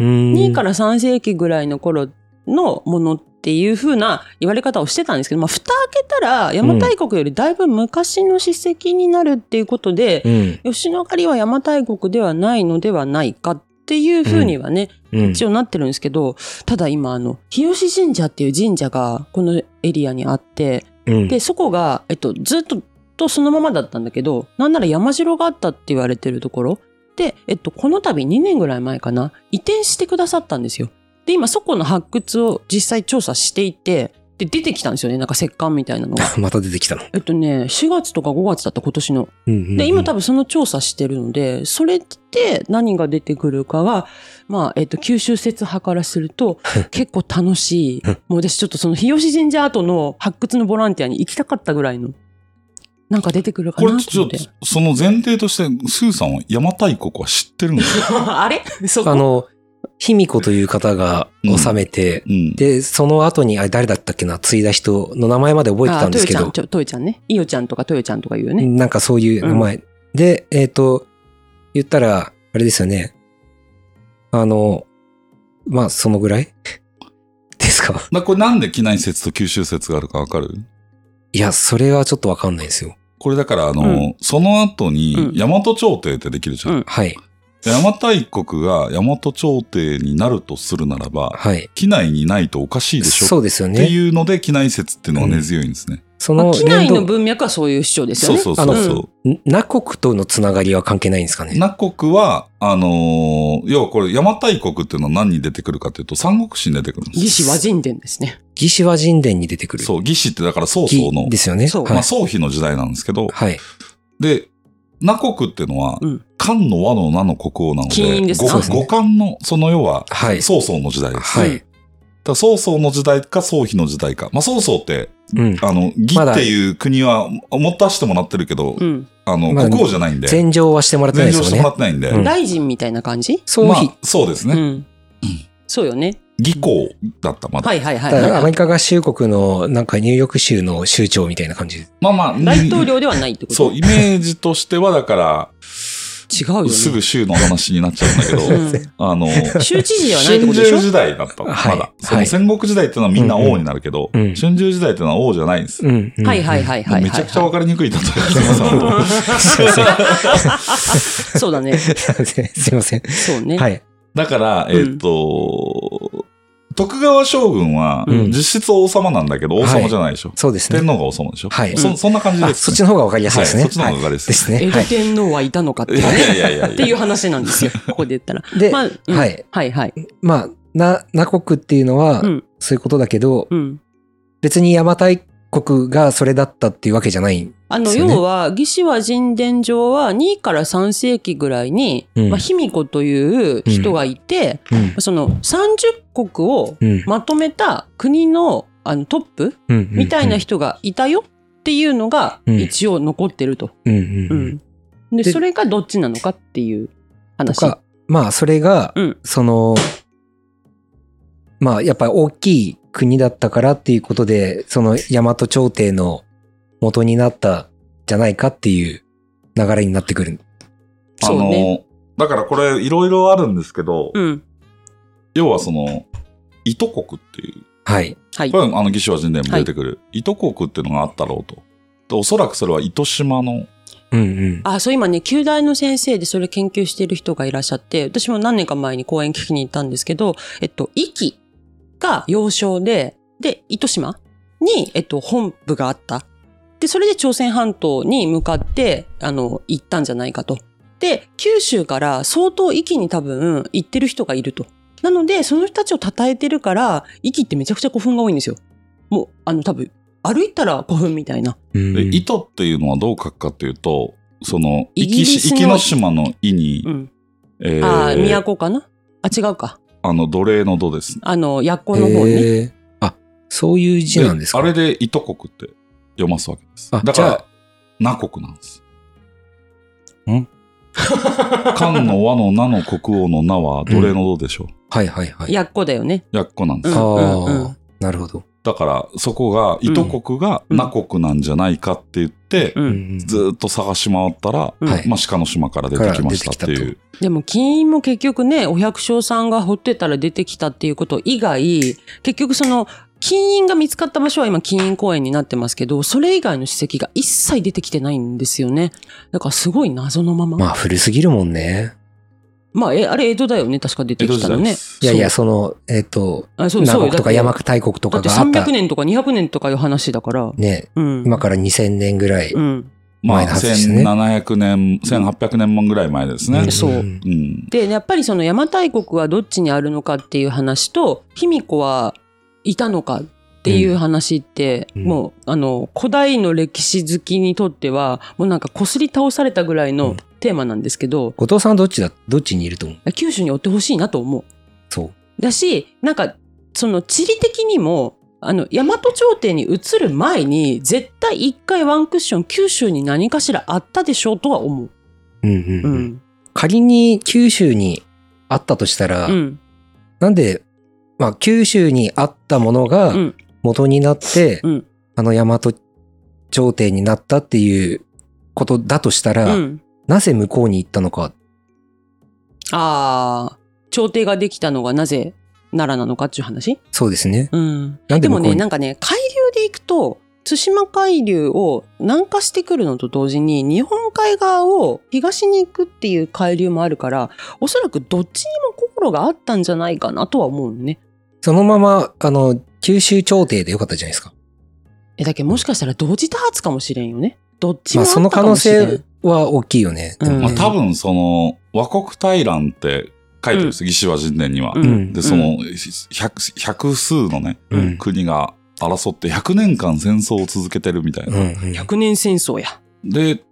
[SPEAKER 1] 2
[SPEAKER 4] 2
[SPEAKER 1] から3世紀ぐらいの頃のものっていう風な言われ方をしてたんですけど、まあ、蓋開けたら、邪馬台国よりだいぶ昔の史跡になるっていうことで、
[SPEAKER 4] うん。
[SPEAKER 1] 吉野ヶ里は邪馬台国ではないのではないかっていう風にはね、
[SPEAKER 4] うん。
[SPEAKER 1] 一応なってるんですけど、ただ今あの日吉神社っていう神社がこのエリアにあって
[SPEAKER 4] うん
[SPEAKER 1] でそこが、えっと、ずっととそのままだったんだけどなんなら山城があったって言われてるところで、えっと、この度2年ぐらい前かな移転してくださったんですよ。で今そこの発掘を実際調査していてで出てきたんですよねなんか石棺みたいな のが。
[SPEAKER 4] また出てきたの。
[SPEAKER 1] えっとね4月とか5月だった今年の。で、今多分その調査してるので、それって何が出てくるかは、まあ、えっと、九州説派からする と、結構楽しい。もう私ちょっとその日吉神社後の発掘のボランティアに行きたかったぐらいの、なんか出てくるか
[SPEAKER 3] これ
[SPEAKER 1] なと
[SPEAKER 3] ちょ
[SPEAKER 1] 思
[SPEAKER 3] っ
[SPEAKER 1] って。
[SPEAKER 3] と、その前提として、スーさんは邪馬台国は知ってるんです か
[SPEAKER 1] あれそ
[SPEAKER 4] あ
[SPEAKER 1] こ。
[SPEAKER 4] の、卑弥呼という方が治めて、
[SPEAKER 3] うん。
[SPEAKER 4] で、その後に、あれ誰だったっけな、継いだ人の名前まで覚えてたんですけ
[SPEAKER 1] あトヨちゃん、
[SPEAKER 4] ど
[SPEAKER 1] ちょ、トヨちゃんね。イヨちゃんとかトヨちゃんとか言うよね。
[SPEAKER 4] なんかそういう名前。で、えっ、と、言ったら、あれですよね。あの、まあ、そのぐらい ですか。
[SPEAKER 3] だこれなんで機内説と九州説があるかわかる
[SPEAKER 4] いや、それはちょっとわかんないですよ。
[SPEAKER 3] これだから、あの、
[SPEAKER 1] うん
[SPEAKER 3] その後
[SPEAKER 1] うん
[SPEAKER 3] に、大和朝廷ってできるじゃん。
[SPEAKER 1] うん
[SPEAKER 4] はい。
[SPEAKER 3] 邪馬台国が大和朝廷になるとするならば、
[SPEAKER 4] はい。
[SPEAKER 3] 機内にないとおかしいでしょ
[SPEAKER 4] そうですよ
[SPEAKER 3] って
[SPEAKER 4] ね。
[SPEAKER 3] いうので、機内説っていうのが根強いんですね。
[SPEAKER 4] そ
[SPEAKER 1] まあ
[SPEAKER 4] の
[SPEAKER 1] 機内の
[SPEAKER 4] 連動、
[SPEAKER 1] 文脈はそういう主張ですよ
[SPEAKER 3] そう
[SPEAKER 1] ね。
[SPEAKER 3] そう
[SPEAKER 4] あ
[SPEAKER 3] そう
[SPEAKER 4] の
[SPEAKER 3] そう。
[SPEAKER 4] ナ国とのつながりは関係ないんですかね。
[SPEAKER 3] ナ国は、あのー要はこれ、邪馬台国っていうのは何に出てくるかっていうと、三国志に出てくるんです
[SPEAKER 1] 義士和人伝ですね。
[SPEAKER 4] 魏志倭人伝に出てくる。
[SPEAKER 3] そう、義士ってだから曹
[SPEAKER 4] 魏
[SPEAKER 3] 操の、
[SPEAKER 4] ですよね。
[SPEAKER 1] そう
[SPEAKER 4] は
[SPEAKER 3] ま
[SPEAKER 4] い
[SPEAKER 3] あ、。曹丕の時代なんですけど、
[SPEAKER 4] はい。
[SPEAKER 3] で、ナ国っていうのは
[SPEAKER 1] うん、
[SPEAKER 3] 漢の和の名の国王なの
[SPEAKER 1] 金印
[SPEAKER 3] で、
[SPEAKER 1] です
[SPEAKER 3] 五
[SPEAKER 1] ね
[SPEAKER 3] 五漢の、その要は、
[SPEAKER 4] はい。
[SPEAKER 3] 曹操の時代です。
[SPEAKER 4] は
[SPEAKER 1] うん
[SPEAKER 4] い。
[SPEAKER 3] だから曹操の時代か曹丕の時代か。まあ、曹操って、
[SPEAKER 4] うん。
[SPEAKER 3] あの、義
[SPEAKER 4] まだ
[SPEAKER 3] っていう国は持たしてもらってるけど、
[SPEAKER 1] うん。
[SPEAKER 3] あの、
[SPEAKER 4] まだ
[SPEAKER 3] 国王じゃないんで、
[SPEAKER 4] 禅譲はしてもらってない
[SPEAKER 3] 全
[SPEAKER 4] です
[SPEAKER 3] 譲
[SPEAKER 4] よ
[SPEAKER 3] してもら
[SPEAKER 4] ね。
[SPEAKER 3] ってないんで、
[SPEAKER 4] うん
[SPEAKER 1] 大臣みたいな感じ
[SPEAKER 4] そう
[SPEAKER 3] まあ、そうです
[SPEAKER 1] う
[SPEAKER 3] ね。
[SPEAKER 1] ん。そうよね。
[SPEAKER 3] 義公だった、まだ。
[SPEAKER 1] はいはいは
[SPEAKER 4] だ
[SPEAKER 1] いは
[SPEAKER 4] か
[SPEAKER 1] い
[SPEAKER 4] らア
[SPEAKER 1] は
[SPEAKER 4] メ
[SPEAKER 1] い。
[SPEAKER 4] リカ合衆国の、なんかニューヨーク州の州長みたいな感じ。
[SPEAKER 3] まあまあ、
[SPEAKER 1] 大統領ではないってこと
[SPEAKER 3] そう、イメージとしては、だから、
[SPEAKER 1] 違うよね。
[SPEAKER 3] すぐ州の話になっちゃうんだけど、
[SPEAKER 1] うん
[SPEAKER 3] あの、
[SPEAKER 1] 州知事ではないって
[SPEAKER 3] 春
[SPEAKER 1] ことでし
[SPEAKER 3] 秋
[SPEAKER 1] ょ
[SPEAKER 3] 時代だったの、
[SPEAKER 4] はい
[SPEAKER 3] まだ。そ
[SPEAKER 4] は
[SPEAKER 3] の
[SPEAKER 4] い
[SPEAKER 3] 戦国時代ってのはみんな王になるけど、
[SPEAKER 4] うんうん
[SPEAKER 3] 春秋時代ってのは王じゃないんです。
[SPEAKER 4] うんうんうん
[SPEAKER 1] はいはいはいはいはいはい。
[SPEAKER 3] めちゃくちゃわかりにくい例えですね
[SPEAKER 1] そうだね。
[SPEAKER 4] すいません。
[SPEAKER 1] そうね。
[SPEAKER 4] はい。
[SPEAKER 3] だから、
[SPEAKER 1] うん
[SPEAKER 3] えっと、徳川将軍は
[SPEAKER 4] うん
[SPEAKER 3] 実質王様なんだけど、王様じゃないでしょ。
[SPEAKER 4] そうです
[SPEAKER 3] 天
[SPEAKER 4] ね。
[SPEAKER 3] 皇が王様でしょ。
[SPEAKER 4] はい
[SPEAKER 1] うん
[SPEAKER 3] そそんな感じ
[SPEAKER 4] あ、
[SPEAKER 3] です、
[SPEAKER 4] そ
[SPEAKER 3] ね
[SPEAKER 4] っち。の方がわかりやすいですね。
[SPEAKER 3] はい、そっちの方がわかりやすい
[SPEAKER 4] で
[SPEAKER 3] です
[SPEAKER 4] すね。
[SPEAKER 1] 江
[SPEAKER 4] は
[SPEAKER 1] 戸
[SPEAKER 4] い。
[SPEAKER 1] 天皇はいたのかっていう
[SPEAKER 3] いやい
[SPEAKER 1] ね。
[SPEAKER 3] やいやいや。
[SPEAKER 1] っていう話なん ですよ。ここで言ったら。
[SPEAKER 4] で、
[SPEAKER 1] まあ、うん
[SPEAKER 4] はい。
[SPEAKER 1] はいはい。
[SPEAKER 4] まあ、な、ナ国っていうのは
[SPEAKER 1] うん、
[SPEAKER 4] そういうことだけど、
[SPEAKER 1] うん。
[SPEAKER 4] 別に邪馬台国がそれだったっていうわけじゃない。
[SPEAKER 1] あの、
[SPEAKER 4] ですよね
[SPEAKER 1] 要は、魏志和神殿上は2から3世紀ぐらいに、
[SPEAKER 4] うん
[SPEAKER 1] まあ、卑弥呼という人がいて、
[SPEAKER 4] うん。
[SPEAKER 1] その30国を
[SPEAKER 4] うん。
[SPEAKER 1] まとめた国のあのトップ
[SPEAKER 4] うん
[SPEAKER 1] みたいな。人がいたよっていうのが
[SPEAKER 4] うん
[SPEAKER 1] 一応残ってると。
[SPEAKER 4] うんう
[SPEAKER 1] う
[SPEAKER 4] んうん。
[SPEAKER 1] んで、
[SPEAKER 4] で
[SPEAKER 1] それがどっちなのかっていう
[SPEAKER 4] と
[SPEAKER 1] 話。
[SPEAKER 4] か、まあ、それが
[SPEAKER 1] うん、
[SPEAKER 4] その、まあ、やっぱり大きい国だったからっていうことで、その大和朝廷の元になったじゃないかっていう流れになってくる。
[SPEAKER 3] あ
[SPEAKER 1] そうね
[SPEAKER 3] の、だからこれいろいろあるんですけど、
[SPEAKER 1] うん。
[SPEAKER 3] 要はその、伊都国っていう、
[SPEAKER 4] はい。
[SPEAKER 1] はい
[SPEAKER 3] こ。れはあの、義手は人伝も出てくる、伊都国っていうのがあったろうと。でおそらくそれは糸島の、
[SPEAKER 4] うんうん。
[SPEAKER 1] あ、そう、今ね、旧大の先生でそれ研究している人がいらっしゃって、私も何年か前に講演聞きに行ったんですけど、えっと、壱岐が要衝で、で、糸島に、えっと、本部があった。で、それで朝鮮半島に向かって、あの、行ったんじゃないかと。で、九州から相当壱岐に多分行ってる人がいると。なので、その人たちを称えてるから、壱岐ってめちゃくちゃ古墳が多いんですよ。もう、あの、多分、歩いたら古墳みたいな。
[SPEAKER 4] うん
[SPEAKER 3] で、糸っていうのはどう書くかっていうと、その、
[SPEAKER 1] イ
[SPEAKER 3] 生
[SPEAKER 1] ギリ
[SPEAKER 3] き
[SPEAKER 1] ス
[SPEAKER 3] し
[SPEAKER 1] の
[SPEAKER 3] 生きの島の「い」に、
[SPEAKER 1] うん。
[SPEAKER 3] え
[SPEAKER 1] ああ、
[SPEAKER 3] ー、
[SPEAKER 1] 都かなあ、違うか。
[SPEAKER 3] あの、奴隷の「奴ですね。
[SPEAKER 1] あの、薬庫の方に、ね
[SPEAKER 4] へーあ、そういう字なんですか
[SPEAKER 3] あれで糸国って読ますわけです。
[SPEAKER 4] あ
[SPEAKER 3] だ
[SPEAKER 4] じ
[SPEAKER 3] か
[SPEAKER 4] ゃ
[SPEAKER 3] ら
[SPEAKER 4] あ、
[SPEAKER 3] 那国なんです。
[SPEAKER 4] ん
[SPEAKER 3] 漢の和の名の国王の名は奴隷の「奴でしょう。
[SPEAKER 4] はいはいはい。
[SPEAKER 1] 薬庫だよね。
[SPEAKER 3] やっこなんです。
[SPEAKER 1] うん
[SPEAKER 4] ああ、
[SPEAKER 1] うん
[SPEAKER 4] なるほど。
[SPEAKER 3] だから、そこが、糸国が、
[SPEAKER 1] うん
[SPEAKER 3] 那国なんじゃないかって言って、
[SPEAKER 1] う。
[SPEAKER 4] うんん
[SPEAKER 3] ずーっと探し回ったら、
[SPEAKER 1] うん
[SPEAKER 4] はい
[SPEAKER 3] まあ、鹿の島から出てきましたって
[SPEAKER 4] から出
[SPEAKER 3] い
[SPEAKER 4] て
[SPEAKER 3] う。
[SPEAKER 1] でも金印も結局ね、お百姓さんが掘ってたら出てきたっていうこと以外、結局その、金印が見つかった場所は今金印公園になってますけど、それ以外の史跡が一切出てきてないんですよね。だからすごい謎のまま。ま
[SPEAKER 4] まあ古すぎるもんね。
[SPEAKER 1] あ、え、あれ江戸だよね。確か出て
[SPEAKER 3] 江戸
[SPEAKER 1] きた
[SPEAKER 3] 時代
[SPEAKER 1] の
[SPEAKER 3] で
[SPEAKER 1] ね。
[SPEAKER 3] す。
[SPEAKER 4] いやいや、その、えっ、と、
[SPEAKER 1] あそうそ
[SPEAKER 4] 南
[SPEAKER 1] う
[SPEAKER 4] 国
[SPEAKER 1] よ
[SPEAKER 4] とか
[SPEAKER 1] だって
[SPEAKER 4] 山国大国と
[SPEAKER 1] だ
[SPEAKER 4] か
[SPEAKER 1] って
[SPEAKER 4] があった
[SPEAKER 1] 300、年とか200年とかいう話だから。
[SPEAKER 4] ね、
[SPEAKER 1] うん。
[SPEAKER 4] 今から2000年ぐらい。
[SPEAKER 1] うん。
[SPEAKER 3] ま
[SPEAKER 4] 前
[SPEAKER 3] あ、
[SPEAKER 4] の話ですね
[SPEAKER 3] 1700年、1800年もぐらい前ですね
[SPEAKER 4] ん。
[SPEAKER 1] そう
[SPEAKER 3] うん。
[SPEAKER 1] で、やっぱりその邪馬台国はどっちにあるのかっていう話と、卑弥呼はいたのかっていう話って、
[SPEAKER 4] うん
[SPEAKER 1] もう、あの、古代の歴史好きにとっては、もうなんか擦り倒されたぐらいのテーマなんですけど、
[SPEAKER 4] 後藤さんはどっちだ、どっちにいると思う
[SPEAKER 1] 九州に追ってほしいなと思う。
[SPEAKER 4] そう。
[SPEAKER 1] だし、なんか、その地理的にも、あの、大和朝廷に移る前に、絶対一回ワンクッション九州に何かしらあったでしょうとは思う。
[SPEAKER 4] うんうん
[SPEAKER 1] う
[SPEAKER 4] うん
[SPEAKER 1] ん。
[SPEAKER 4] 仮に九州にあったとしたら、
[SPEAKER 1] うん。
[SPEAKER 4] なんで、まあ九州にあったものが
[SPEAKER 1] うん
[SPEAKER 4] 元になって、
[SPEAKER 1] うん
[SPEAKER 4] あの大和朝廷になったっていうことだとしたら、
[SPEAKER 1] うん。
[SPEAKER 4] なぜ向こうに行ったのか。
[SPEAKER 1] ああ、朝廷ができたのがなぜ奈良なのかっていう話
[SPEAKER 4] そうですね。
[SPEAKER 1] うん。
[SPEAKER 4] な
[SPEAKER 1] で
[SPEAKER 4] んで向
[SPEAKER 1] も
[SPEAKER 4] こうに
[SPEAKER 1] ね、なんかね、海流で行くと、対馬海流を南下してくるのと同時に、日本海側を東に行くっていう海流もあるから、おそらくどっちにも心があったんじゃないかなとは思うのね。
[SPEAKER 4] そのまま、あの、九州朝廷でよかったじゃないですか。
[SPEAKER 1] え、だけどもしかしたら同時多発かもしれんよね。どっち
[SPEAKER 4] ま
[SPEAKER 1] も
[SPEAKER 4] あ、
[SPEAKER 1] あっ
[SPEAKER 4] その
[SPEAKER 1] たか
[SPEAKER 4] 可
[SPEAKER 1] も
[SPEAKER 4] 能
[SPEAKER 1] しれん。
[SPEAKER 4] 性は大きいよね。
[SPEAKER 1] うん
[SPEAKER 4] でも
[SPEAKER 3] まあ、
[SPEAKER 4] ね
[SPEAKER 3] 多分、その、和国大覧って書いてるんです。魏志和神殿には。
[SPEAKER 1] うん
[SPEAKER 4] うん
[SPEAKER 3] で、その、百、百数のね、
[SPEAKER 1] うん
[SPEAKER 4] うん
[SPEAKER 3] 国が争って100年間戦争を続けてるみたいな。
[SPEAKER 4] うんうん
[SPEAKER 1] 100年戦争や。
[SPEAKER 3] で、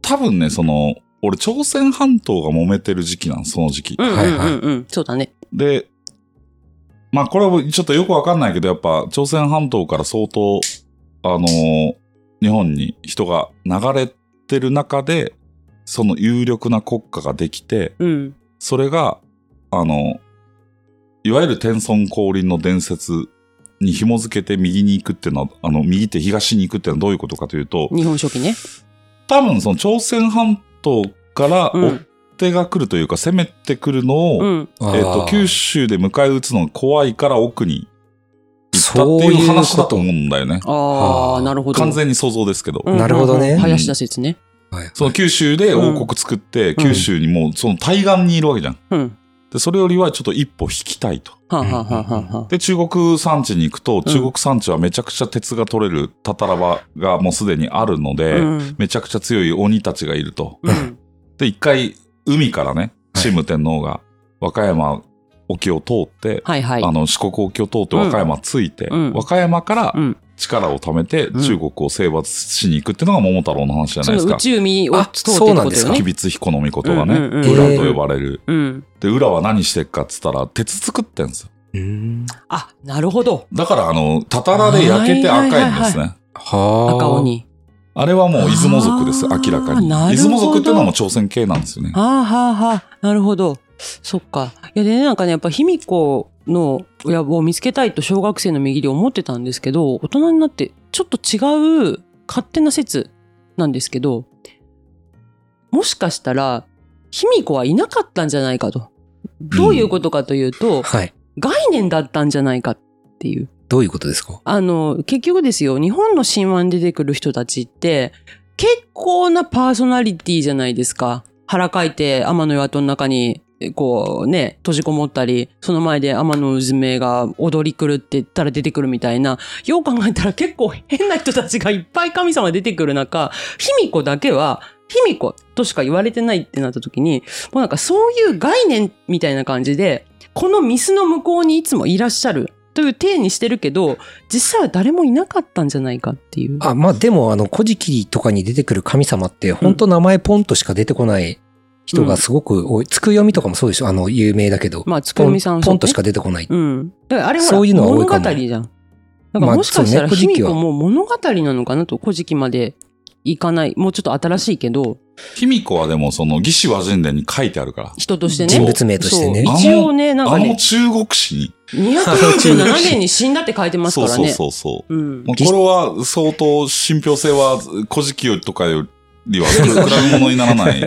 [SPEAKER 3] 多分ね、その、俺、朝鮮半島が揉めてる時期なんその時期。
[SPEAKER 1] うんうん
[SPEAKER 4] はいはい
[SPEAKER 1] うんうん。そうだね。
[SPEAKER 3] で、まあ、これはちょっとよくわかんないけど、やっぱ、朝鮮半島から相当、あのー日本に人が流れてる中で、その有力な国家ができて、
[SPEAKER 1] うん。
[SPEAKER 3] それが、あの、いわゆる天孫降臨の伝説に紐づけて右に行くっていうのは、あの、右手東に行くっていうのはどういうことかというと、
[SPEAKER 1] 日本書紀ね。
[SPEAKER 3] 多分その朝鮮半島から
[SPEAKER 1] う
[SPEAKER 3] 追っ
[SPEAKER 1] ん
[SPEAKER 3] 手が来るというか、攻めてくるのを、
[SPEAKER 1] うん
[SPEAKER 3] えっと、九
[SPEAKER 4] 州
[SPEAKER 3] 州で迎え撃つのが怖いから奥に行ったっていう話だと思うんだよね。
[SPEAKER 1] ああなるほど
[SPEAKER 3] 完全に想像ですけど。
[SPEAKER 1] うんうんうん
[SPEAKER 4] なるほどね
[SPEAKER 1] 林田説ね
[SPEAKER 3] その九州で王国作って、九州にもうその対岸にいるわけじゃん。
[SPEAKER 1] うん
[SPEAKER 3] で、それよりはちょっと一歩引きたいと。
[SPEAKER 1] はあはあはあはあは
[SPEAKER 3] で、中国山地に行くと、中国山地はめちゃくちゃ鉄が取れるタタラバがもうすでにあるの
[SPEAKER 1] あ
[SPEAKER 3] で、
[SPEAKER 1] うん
[SPEAKER 3] めちゃくちゃ強い鬼たちがいると。
[SPEAKER 1] うん
[SPEAKER 3] で、一回、海からね、チーム天皇が和歌山沖を通って、
[SPEAKER 1] はいはい
[SPEAKER 3] あの四国沖を通って和歌山ついて、
[SPEAKER 1] うん
[SPEAKER 3] 和歌山から
[SPEAKER 1] うん
[SPEAKER 3] 力を貯めて
[SPEAKER 1] ん
[SPEAKER 3] 中国を征伐しに行くっていうのが桃太郎の話じゃな
[SPEAKER 1] そ
[SPEAKER 3] いで
[SPEAKER 1] の
[SPEAKER 3] すか。
[SPEAKER 1] 内海を通っていくことよ
[SPEAKER 4] そう
[SPEAKER 1] ね
[SPEAKER 3] 吉備津彦の御事がね、
[SPEAKER 1] うんうんうん
[SPEAKER 3] 裏と呼ばれる。
[SPEAKER 1] うん
[SPEAKER 3] で、裏は何してっかっつったら、鉄作ってんですよ。
[SPEAKER 1] あなるほど
[SPEAKER 3] だから、あの、たたらで焼けて赤いんですね。
[SPEAKER 1] はいはいはい
[SPEAKER 4] はあ
[SPEAKER 1] 赤鬼
[SPEAKER 3] あれはもう出雲族です、
[SPEAKER 1] あー
[SPEAKER 3] 明らかに。
[SPEAKER 1] なる
[SPEAKER 3] 出
[SPEAKER 1] ほど
[SPEAKER 3] 雲族っていうのはもう朝鮮系なんですよね。
[SPEAKER 1] はあはあはあなるほどそっかいやでねなんかねやっぱ卑弥呼の野望を見つけたいと小学生の右で思ってたんですけど大人になってちょっと違う勝手な説なんですけどもしかしたら卑弥呼はいなかったんじゃないかとどういうことかというと、
[SPEAKER 4] はい。
[SPEAKER 1] 概念だったんじゃないかっていう
[SPEAKER 4] どういうことですか
[SPEAKER 1] あの、結局ですよ、日本の神話に出てくる人たちって、結構なパーソナリティじゃないですか。腹かいて天の岩戸の中に、えこうね、閉じこもったり、その前で天の渦めが踊り狂ってったら出てくるみたいな、よう考えたら結構変な人たちがいっぱい神様出てくる中、卑弥呼だけは、卑弥呼としか言われてないってなった時に、もうなんかそういう概念みたいな感じで、このミスの向こうにいつもいらっしゃるという体にしてるけど、実際は誰もいなかったんじゃないかっていう。
[SPEAKER 4] あ、まあでも、あの、古事記とかに出てくる神様って、本当名前ポンとしか出てこない人がすごく多い。つくよみとかもそうでしょあの、有名だけど。
[SPEAKER 1] まあ、つく
[SPEAKER 4] ポ
[SPEAKER 1] る
[SPEAKER 4] ン
[SPEAKER 1] みさん
[SPEAKER 4] ポンとしか
[SPEAKER 1] か。
[SPEAKER 4] 出てこない。
[SPEAKER 1] うん。だからあれは
[SPEAKER 4] そういうのは多
[SPEAKER 1] 物
[SPEAKER 4] い
[SPEAKER 1] 語
[SPEAKER 4] かも
[SPEAKER 1] じゃん。だか
[SPEAKER 4] ま
[SPEAKER 1] ら
[SPEAKER 4] あ
[SPEAKER 1] もしかしたら、
[SPEAKER 4] そうね
[SPEAKER 1] 卑弥
[SPEAKER 4] 古事記
[SPEAKER 1] 呼
[SPEAKER 4] は
[SPEAKER 1] も物語なのかなと、古事記までいかない。もうちょっと新しいけど、
[SPEAKER 3] 卑弥呼はでもその、魏志和人伝に書いてあるから。
[SPEAKER 1] 人としてね。
[SPEAKER 4] 人物名としてね
[SPEAKER 1] そう一応ね、なんか
[SPEAKER 3] あの
[SPEAKER 1] ね、
[SPEAKER 3] 中国史に。
[SPEAKER 1] 247年に死んだって書いてます
[SPEAKER 3] そ
[SPEAKER 1] か
[SPEAKER 3] う
[SPEAKER 1] ら
[SPEAKER 3] そう
[SPEAKER 1] ね。
[SPEAKER 3] そうそう。
[SPEAKER 1] うん
[SPEAKER 3] まあ、これは相当信憑性は、古事記よりとかよりは比べ物にな らない。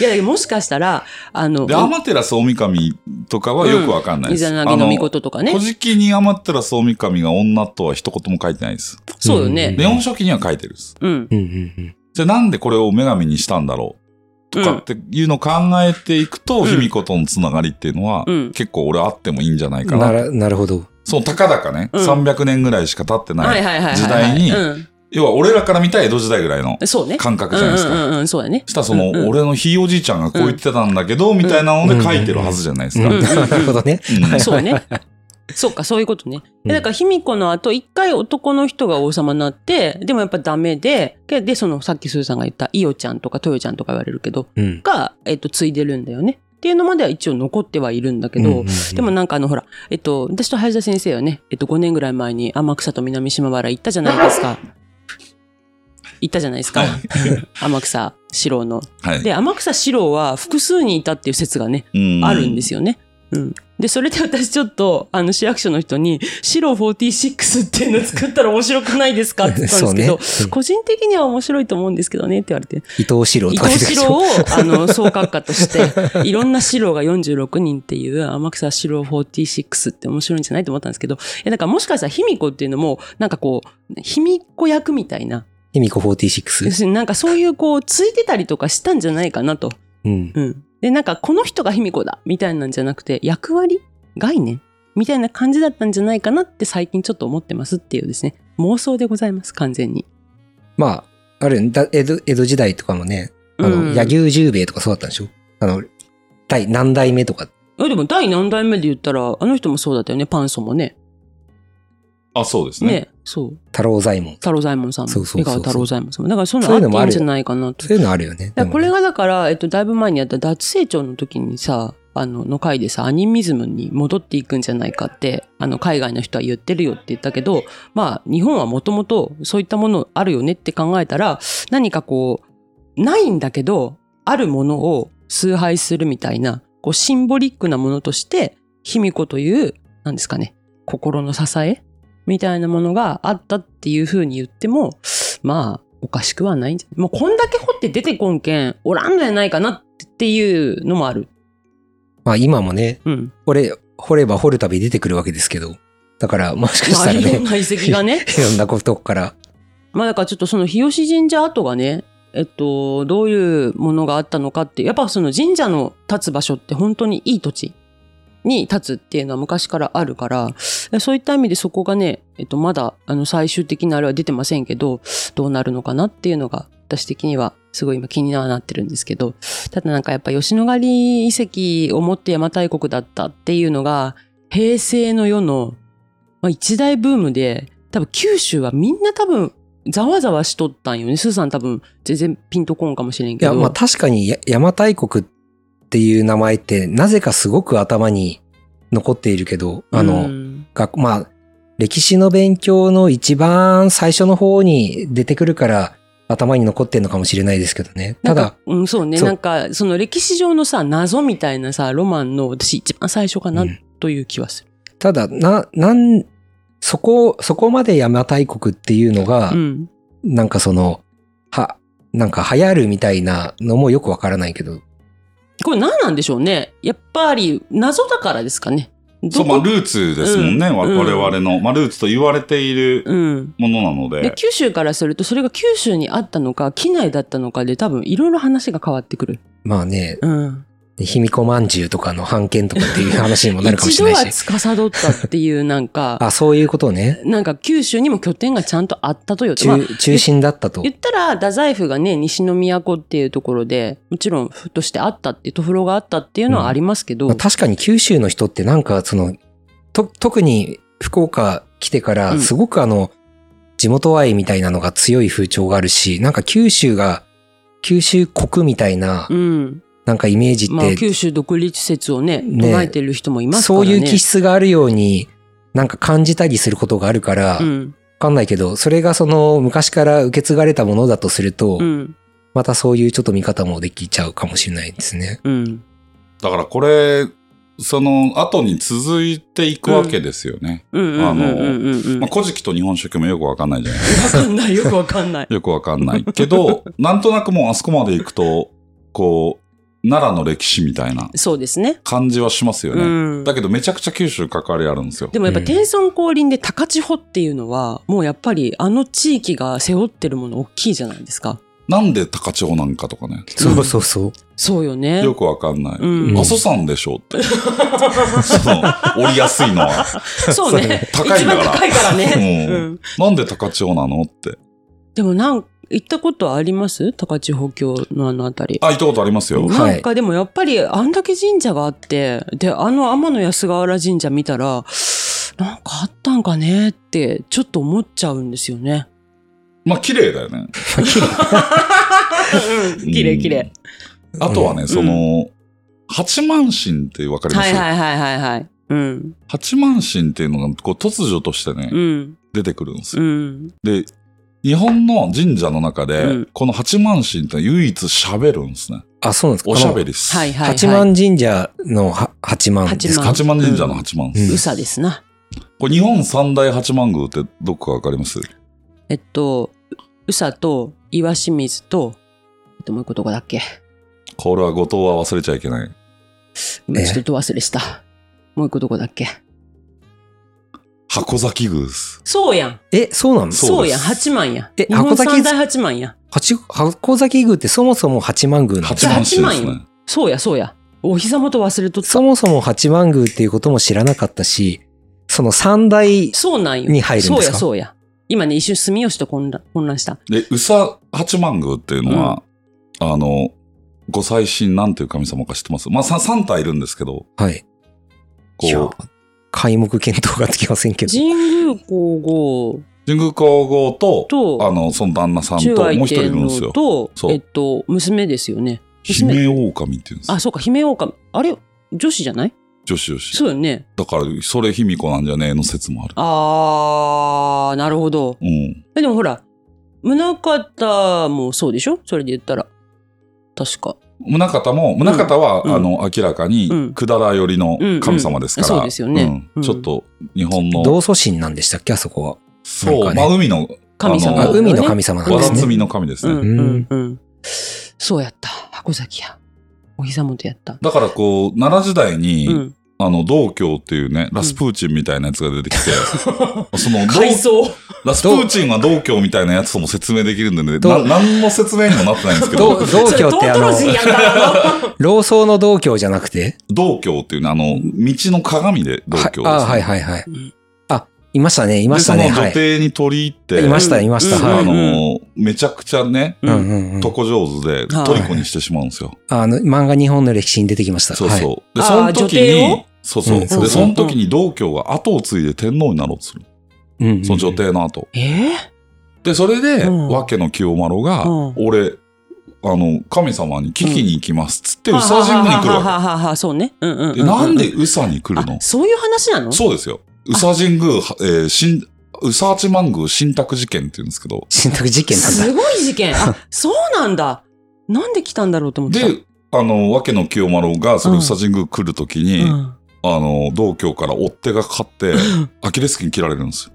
[SPEAKER 1] いや、もしかしたら、あの、
[SPEAKER 3] で、天照大神とかはよくわかんない
[SPEAKER 1] イ
[SPEAKER 3] です。
[SPEAKER 1] ザナ
[SPEAKER 3] あ
[SPEAKER 1] ギの御事とかね
[SPEAKER 3] 古。事記に天照大神が女とは一言も書いてないです。
[SPEAKER 1] そうよね。
[SPEAKER 3] ネオン書記には書いてるです。
[SPEAKER 1] うん。
[SPEAKER 4] うんうん
[SPEAKER 3] じゃあなんでこれを女神にしたんだろうとかっていうのを考えていくと、
[SPEAKER 1] うん
[SPEAKER 3] 卑弥呼とのつながりっていうのは、
[SPEAKER 1] うん
[SPEAKER 3] 結構俺あってもいいんじゃない
[SPEAKER 4] うん。
[SPEAKER 3] か
[SPEAKER 4] な
[SPEAKER 3] な。
[SPEAKER 4] らなるほど。
[SPEAKER 3] そのたかだかね、
[SPEAKER 1] うん
[SPEAKER 3] 300年ぐらいしか経ってない。
[SPEAKER 1] はいはいはいはいはい。
[SPEAKER 3] 時代に
[SPEAKER 1] う
[SPEAKER 3] 要は俺らから見た江戸時代ぐらいの
[SPEAKER 1] ん。そうね。
[SPEAKER 3] 感覚じゃないですか。
[SPEAKER 1] うんうんうん、そうだね。
[SPEAKER 3] したらその、
[SPEAKER 1] うんうん
[SPEAKER 3] 俺のひいおじいちゃんがこう言ってたんだけど、みたいなので書いてるはずじゃないです
[SPEAKER 4] うん
[SPEAKER 3] か。
[SPEAKER 1] うん
[SPEAKER 4] なるほどね。
[SPEAKER 3] うん
[SPEAKER 1] そう ね。そうか、そういうことね。
[SPEAKER 4] うん
[SPEAKER 1] でだから、卑弥呼の後、一回男の人が王様になって、でもやっぱダメで、で、でその、さっきスーさんが言った、イオちゃんとかトヨちゃんとか言われるけど、
[SPEAKER 4] うん。
[SPEAKER 1] が、えっと、継いでるんだよね。っていうのまでは一応残ってはいるんだけ
[SPEAKER 4] うんうん
[SPEAKER 1] ど
[SPEAKER 4] うん、
[SPEAKER 1] でもなんかあのほら、えっと、私と林田先生はね、えっと、5年ぐらい前に天草と南島原行ったじゃないですか。行ったじゃないですか。天草四郎の。
[SPEAKER 3] はい。
[SPEAKER 1] で、天草四郎は複数にいたっていう説がね、
[SPEAKER 3] うん
[SPEAKER 1] あるんですよね。うん。で、それで私ちょっと、あの、市役所の人に、四郎46っていうの作ったら面白くないですかって言ったんで
[SPEAKER 4] そ
[SPEAKER 1] す
[SPEAKER 4] う
[SPEAKER 1] け
[SPEAKER 4] ね。う
[SPEAKER 1] ど、
[SPEAKER 4] ん
[SPEAKER 1] 個人的には面白いと思うんですけどねって言われて、
[SPEAKER 4] 伊藤四郎
[SPEAKER 1] 伊
[SPEAKER 4] とか
[SPEAKER 1] 藤
[SPEAKER 4] 出て
[SPEAKER 1] 四
[SPEAKER 4] きた
[SPEAKER 1] 郎を、あの、総閣下として、い ろんな四郎が46人っていう、天草四郎46って面白いんじゃないと思ったんですけど、いや、だからもしかしたら卑弥呼っていうのも、なんかこう、卑弥呼役みたいな、
[SPEAKER 4] 卑弥呼
[SPEAKER 1] 要
[SPEAKER 4] 46。
[SPEAKER 1] するになんかそういうこう、ついてたりとかしたんじゃないかなと。
[SPEAKER 4] うん。
[SPEAKER 1] うん。で、なんかこの人が卑弥呼だみたいなんじゃなくて、役割概念みたいな感じだったんじゃないかなって最近ちょっと思ってますっていうですね、妄想でございます、完全に。
[SPEAKER 4] まあ、あるよねだ江戸、江戸時代とかもね、あ
[SPEAKER 1] う
[SPEAKER 4] の、
[SPEAKER 1] ん
[SPEAKER 4] 柳生十兵衛とかそうだったんでしょあの、第何代目とか。
[SPEAKER 1] えでも第何代目で言ったら、あの人もそうだったよね、パンソもね。
[SPEAKER 3] あ、そうです
[SPEAKER 1] ね
[SPEAKER 3] ね。
[SPEAKER 1] そう。
[SPEAKER 4] 太郎左衛門。
[SPEAKER 1] 太郎左衛門さんも。
[SPEAKER 4] そうそうそうそう
[SPEAKER 1] 江川太郎左衛門さんも。だからそういう
[SPEAKER 4] そういう
[SPEAKER 1] の
[SPEAKER 4] のも
[SPEAKER 1] あっ
[SPEAKER 4] あ
[SPEAKER 1] ていいん
[SPEAKER 4] る
[SPEAKER 1] じゃないかなと。
[SPEAKER 4] そういうのあるよね。
[SPEAKER 1] だからこれ
[SPEAKER 4] でも
[SPEAKER 1] がだから、えっと、だいぶ前にやった脱成長の時にさ、あの、の回でさ、アニミズムに戻っていくんじゃないかって、あの、海外の人は言ってるよって言ったけど、まあ、日本はもともとそういったものあるよねって考えたら、何かこう、ないんだけど、あるものを崇拝するみたいな、こう、シンボリックなものとして、卑弥呼という、なんですかね、心の支えみたいなものがあったっていう風に言っても、まあ、おかしくはないんじゃないもうこんだけ掘って出てこんけん、おらんのやないかなっっていうのもある。
[SPEAKER 4] まあ今もね、
[SPEAKER 1] うん。
[SPEAKER 4] 掘れ、掘れば掘るたび出てくるわけですけど。だから、もしかした
[SPEAKER 1] まあ、
[SPEAKER 4] ら
[SPEAKER 1] いろん
[SPEAKER 4] ね、
[SPEAKER 1] な遺跡が ね。
[SPEAKER 4] いろんなことから。
[SPEAKER 1] まあだからちょっとその日吉神社跡がね、えっと、どういうものがあったのかって、やっぱその神社の立つ場所って本当にいい土地に立つっていうのは昔からあるから、そういった意味でそこがね、えっと、まだあの最終的なあれは出てませんけど、どうなるのかなっていうのが私的にはすごい今気にはなってるんですけど、ただなんかやっぱ吉野ヶ里遺跡を持って邪馬台国だったっていうのが、平成の世の、まあ、一大ブームで、多分九州はみんな多分ざわざわしとったんよね。スーさん多分全然ピンとこんかもしれん
[SPEAKER 4] い
[SPEAKER 1] け
[SPEAKER 4] や、
[SPEAKER 1] ど。
[SPEAKER 4] まあ確かにや、邪馬台国っていう名前って、なぜかすごく頭に残っているけど、あの、
[SPEAKER 1] うん
[SPEAKER 4] 学まあ、歴史の勉強の一番最初の方に出てくるから頭に残ってんのかもしれないですけどね。
[SPEAKER 1] な
[SPEAKER 4] た
[SPEAKER 1] んか
[SPEAKER 4] だ、、
[SPEAKER 1] うん、そうね。
[SPEAKER 4] そう
[SPEAKER 1] なんか、その歴史上のさ、謎みたいなさ、ロマンの私一番最初かな
[SPEAKER 4] うん
[SPEAKER 1] という気はする。
[SPEAKER 4] ただ、な、なん、そこ、そこまで邪馬台国っていうのが、
[SPEAKER 1] うん。
[SPEAKER 4] なんかその、は、なんか流行るみたいなのもよくわからないけど、
[SPEAKER 1] これ何なんでしょうね。やっぱり謎だからですかね。ど
[SPEAKER 3] そう、
[SPEAKER 1] こ
[SPEAKER 3] まあ、ルーツですもんね、
[SPEAKER 1] うん
[SPEAKER 3] わ我々の。まあ、ルーツと言われている
[SPEAKER 1] うん。
[SPEAKER 3] ものなの
[SPEAKER 1] で
[SPEAKER 3] で。
[SPEAKER 1] 九州からするとそれが九州にあったのか機内だったのかで多分いろいろ話が変わってくる、
[SPEAKER 4] まあね、
[SPEAKER 1] うん、
[SPEAKER 4] 卑弥呼まんじゅうとかの判件とかっていう話にもなるか も
[SPEAKER 1] 一
[SPEAKER 4] し
[SPEAKER 1] 度
[SPEAKER 4] れ
[SPEAKER 1] は
[SPEAKER 4] ないし。
[SPEAKER 1] 司ったっていうなんか
[SPEAKER 4] あ、そういうことね。
[SPEAKER 1] なんか九州にも拠点がちゃんとあったとよまあ
[SPEAKER 4] 中、中心だったと
[SPEAKER 1] 言。ったら太宰府がね西の都っていうところでもちろん府としてあったっていうと風呂があったっていうのはありますけど、
[SPEAKER 4] まあ、確かに九州の人ってなんかそのと特に福岡来てか
[SPEAKER 1] う
[SPEAKER 4] ら
[SPEAKER 1] ん
[SPEAKER 4] すごくあの、地元愛みたいなのが強い風潮があるしなんか九州が九州国みたいな
[SPEAKER 1] うん
[SPEAKER 4] なんかイメージって、
[SPEAKER 1] まあ、九州独立説をね
[SPEAKER 4] ね
[SPEAKER 1] 唱えてる人もいますから
[SPEAKER 4] そう
[SPEAKER 1] ね
[SPEAKER 4] いう気質があるようになんか感じたりすることがあるから、
[SPEAKER 1] う
[SPEAKER 4] わ
[SPEAKER 1] ん
[SPEAKER 4] かんないけどそれがその昔から受け継がれたものだとすると、
[SPEAKER 1] うん
[SPEAKER 4] またそういうちょっと見方もできちゃうかもしれないですね。
[SPEAKER 1] うん
[SPEAKER 3] だからこれ、その後に続いていくわけですよね。
[SPEAKER 1] うんうんうんうんうんうん
[SPEAKER 3] まあ、古事記と日本書紀もよくわかんないじゃないですか。
[SPEAKER 1] わかんないよくわかんない
[SPEAKER 3] よくわかんないけど、 なんとなくもうあそこまで行くと、こう、奈良の歴史みたいな
[SPEAKER 1] そうですね
[SPEAKER 3] 感じはしますよね。
[SPEAKER 1] うん
[SPEAKER 3] だけどめちゃくちゃ九州関わりあるんですよ。
[SPEAKER 1] でもやっぱ天孫降臨で高千穂っていうのはもうやっぱりあの地域が背負ってるもの大きいじゃないですか
[SPEAKER 3] なんで高千穂なんかとかね。
[SPEAKER 4] そうそうそう。
[SPEAKER 1] そうよね
[SPEAKER 3] よくわかんない。
[SPEAKER 1] うん
[SPEAKER 3] 阿蘇山でし ょって。その、降りやすいのは。
[SPEAKER 1] そうね
[SPEAKER 3] 高いんだから
[SPEAKER 1] 一番高いからね、
[SPEAKER 3] うん
[SPEAKER 1] うん、
[SPEAKER 3] なんで高千穂なのって。
[SPEAKER 1] でもなん行ったことあります高千穂峡のあのあたり。
[SPEAKER 3] あ、行ったことありますよ。
[SPEAKER 4] はい
[SPEAKER 1] なんかでもやっぱりあんだけ神社があってであの天野安河原神社見たらなんかあったんかねってちょっと思っちゃうんですよね。
[SPEAKER 3] まあ、綺麗だよね。
[SPEAKER 1] 綺麗綺麗。
[SPEAKER 3] あとはね、その、八幡神ってわかりま
[SPEAKER 1] は
[SPEAKER 3] す、
[SPEAKER 1] いはいはいはいはい。うん
[SPEAKER 3] 八幡神っていうのが、こう、突如としてね、
[SPEAKER 1] うん
[SPEAKER 3] 出てくるんです
[SPEAKER 1] う
[SPEAKER 3] よ。
[SPEAKER 1] ん
[SPEAKER 3] で、日本の神社の中で、
[SPEAKER 1] うん
[SPEAKER 3] この八幡神って唯一喋るんですね。
[SPEAKER 4] あ、そうなんですか。
[SPEAKER 3] おしゃべ
[SPEAKER 4] り。
[SPEAKER 3] りっす。
[SPEAKER 1] はいはいはい。
[SPEAKER 4] 八幡神社のは八幡ですか
[SPEAKER 1] 幡
[SPEAKER 3] 八幡神社の八幡っす、
[SPEAKER 4] うん
[SPEAKER 1] うさですな。
[SPEAKER 3] これ日本三大八幡宮ってどこかわかります
[SPEAKER 1] えっとうさと岩清水とえっともう一個どこだっけ
[SPEAKER 3] これは後藤は忘れちゃいけない。
[SPEAKER 1] 今
[SPEAKER 4] え
[SPEAKER 1] ちょっと忘れした。もう一個どこだっけ
[SPEAKER 3] 箱崎宮です。
[SPEAKER 1] そうやん。
[SPEAKER 4] え、そうなの
[SPEAKER 3] そう
[SPEAKER 1] そう
[SPEAKER 3] です
[SPEAKER 1] やん、八幡や。
[SPEAKER 4] え
[SPEAKER 1] 日本
[SPEAKER 4] 箱崎
[SPEAKER 1] 三大八幡や。
[SPEAKER 4] 八箱崎宮ってそもそも八幡宮なんです
[SPEAKER 3] 八幡
[SPEAKER 4] か
[SPEAKER 3] 神です
[SPEAKER 1] 八幡
[SPEAKER 3] ね。
[SPEAKER 1] そうや、そうや。お膝元忘れとった。
[SPEAKER 4] そもそも八幡宮っていうことも知らなかったし、その三大、
[SPEAKER 1] そうなんよ。
[SPEAKER 4] に入るんですか
[SPEAKER 1] そうや、そうや。今ね、一瞬住吉と混乱混乱した。
[SPEAKER 3] で、宇佐八幡宮っていうのは、あの、ご祭神なんていう神様か知ってますまあ、さ三体いるんですけど、
[SPEAKER 4] はい。いや
[SPEAKER 3] こう、
[SPEAKER 4] 皆目見当がつきませんけど。
[SPEAKER 1] 神宮皇
[SPEAKER 3] 神宮皇后と、
[SPEAKER 1] と
[SPEAKER 3] あの、その旦那さん
[SPEAKER 1] 后、
[SPEAKER 3] と、
[SPEAKER 1] 中
[SPEAKER 3] もう
[SPEAKER 1] 愛
[SPEAKER 3] 一人いる
[SPEAKER 1] 天
[SPEAKER 3] んですよ
[SPEAKER 1] 皇。と
[SPEAKER 3] そ、う
[SPEAKER 1] えっと、娘ですよね。娘
[SPEAKER 3] 姫狼って言うんですよ
[SPEAKER 1] あ、。そうか、姫狼。あれ女子じゃない
[SPEAKER 3] 女子女子。
[SPEAKER 1] そうよね。
[SPEAKER 3] だから、それ卑弥呼なんじゃねえの説もある。
[SPEAKER 1] あー、なるほど。
[SPEAKER 3] うん。
[SPEAKER 1] えでもほら、宗方もそうでしょそれで言ったら。確か。
[SPEAKER 3] 宗方も、宗方は、
[SPEAKER 1] うん
[SPEAKER 3] あの、明らかに
[SPEAKER 1] うん、
[SPEAKER 3] 百済寄りの神様ですから。
[SPEAKER 1] うんうんそうですよね
[SPEAKER 3] うんちょっと、日本の、
[SPEAKER 4] 同祖神なんでしたっけあそこは。
[SPEAKER 3] そ
[SPEAKER 4] な
[SPEAKER 3] う、
[SPEAKER 4] んか
[SPEAKER 3] ま
[SPEAKER 4] ね
[SPEAKER 3] あ、海の、
[SPEAKER 1] 神様、
[SPEAKER 3] あ
[SPEAKER 4] あ、
[SPEAKER 3] の
[SPEAKER 4] 海の神様なん
[SPEAKER 3] わ
[SPEAKER 4] で
[SPEAKER 3] ら
[SPEAKER 4] す
[SPEAKER 3] つ
[SPEAKER 4] ね。
[SPEAKER 3] みの神です
[SPEAKER 1] う
[SPEAKER 3] ね。
[SPEAKER 1] んうんうん。そうやった。箱崎や。お膝元やった。
[SPEAKER 3] だからこう、奈良時代に、
[SPEAKER 1] うん。
[SPEAKER 3] あの、道教っていうね、ラスプーチンみたいなやつが出てき て、その、道
[SPEAKER 1] 改装
[SPEAKER 3] ラスプーチンは道教みたいなやつとも説明できるんでね、
[SPEAKER 4] ど
[SPEAKER 3] な
[SPEAKER 4] う
[SPEAKER 3] 何も説明にもなってないんですけ
[SPEAKER 4] ど
[SPEAKER 3] ど、
[SPEAKER 4] う道教ってあの、
[SPEAKER 1] それトートロジーやんか
[SPEAKER 4] 老僧の道教じゃなくて
[SPEAKER 3] 道教っていうね、あの、道の鏡で道
[SPEAKER 4] は
[SPEAKER 3] 教です、ね
[SPEAKER 4] あ、はいはいはい
[SPEAKER 1] うん。
[SPEAKER 4] あ、いましたね、い
[SPEAKER 3] い
[SPEAKER 4] ましたね。
[SPEAKER 3] で、その
[SPEAKER 4] は
[SPEAKER 3] 女
[SPEAKER 4] い。
[SPEAKER 3] 帝に取り入って、
[SPEAKER 4] いました、いました。
[SPEAKER 1] うん
[SPEAKER 3] あ
[SPEAKER 4] はい。
[SPEAKER 3] の、めちゃくちゃね、
[SPEAKER 1] う
[SPEAKER 4] うんんうんうん。
[SPEAKER 3] 男上手で、
[SPEAKER 1] はい
[SPEAKER 3] トリコにしてしまうんですよ。
[SPEAKER 4] あの、漫画日本の歴史に出てきました。
[SPEAKER 3] そう
[SPEAKER 4] はい
[SPEAKER 3] そう。で、
[SPEAKER 1] あー
[SPEAKER 3] その時
[SPEAKER 1] 女帝
[SPEAKER 3] に
[SPEAKER 1] を、
[SPEAKER 3] そうそう。
[SPEAKER 4] うんそう
[SPEAKER 3] で、
[SPEAKER 4] そう
[SPEAKER 3] その時に道教が後を継いで天皇になろうとする。
[SPEAKER 4] うんうんうん
[SPEAKER 3] その女帝の後。
[SPEAKER 1] ええ
[SPEAKER 3] で、それで、
[SPEAKER 1] うん
[SPEAKER 3] 和家の清丸が、
[SPEAKER 1] うん
[SPEAKER 3] 俺、あの、神様に聞きに行きますっつって、宇佐神宮に来る
[SPEAKER 1] ははは
[SPEAKER 3] わ
[SPEAKER 1] ははそうね。うんうんうん
[SPEAKER 3] け。
[SPEAKER 1] う
[SPEAKER 3] で
[SPEAKER 1] ん。
[SPEAKER 3] なんで宇佐に来るの
[SPEAKER 1] あそういう話なの
[SPEAKER 3] そうですよ。宇佐神宮、はえー、新、宇佐八幡宮信託事件って言うんですけど、
[SPEAKER 4] 信託事件なん
[SPEAKER 1] す
[SPEAKER 4] だ。
[SPEAKER 1] ごい事件。あ、そうなんだ。なんで来たんだろうと思った。
[SPEAKER 3] で、あの、和家の清丸が、それ宇佐神宮来るときに、
[SPEAKER 1] うん
[SPEAKER 3] あの、道教から追っ手がかかって、アキレス腱切られるんですよ。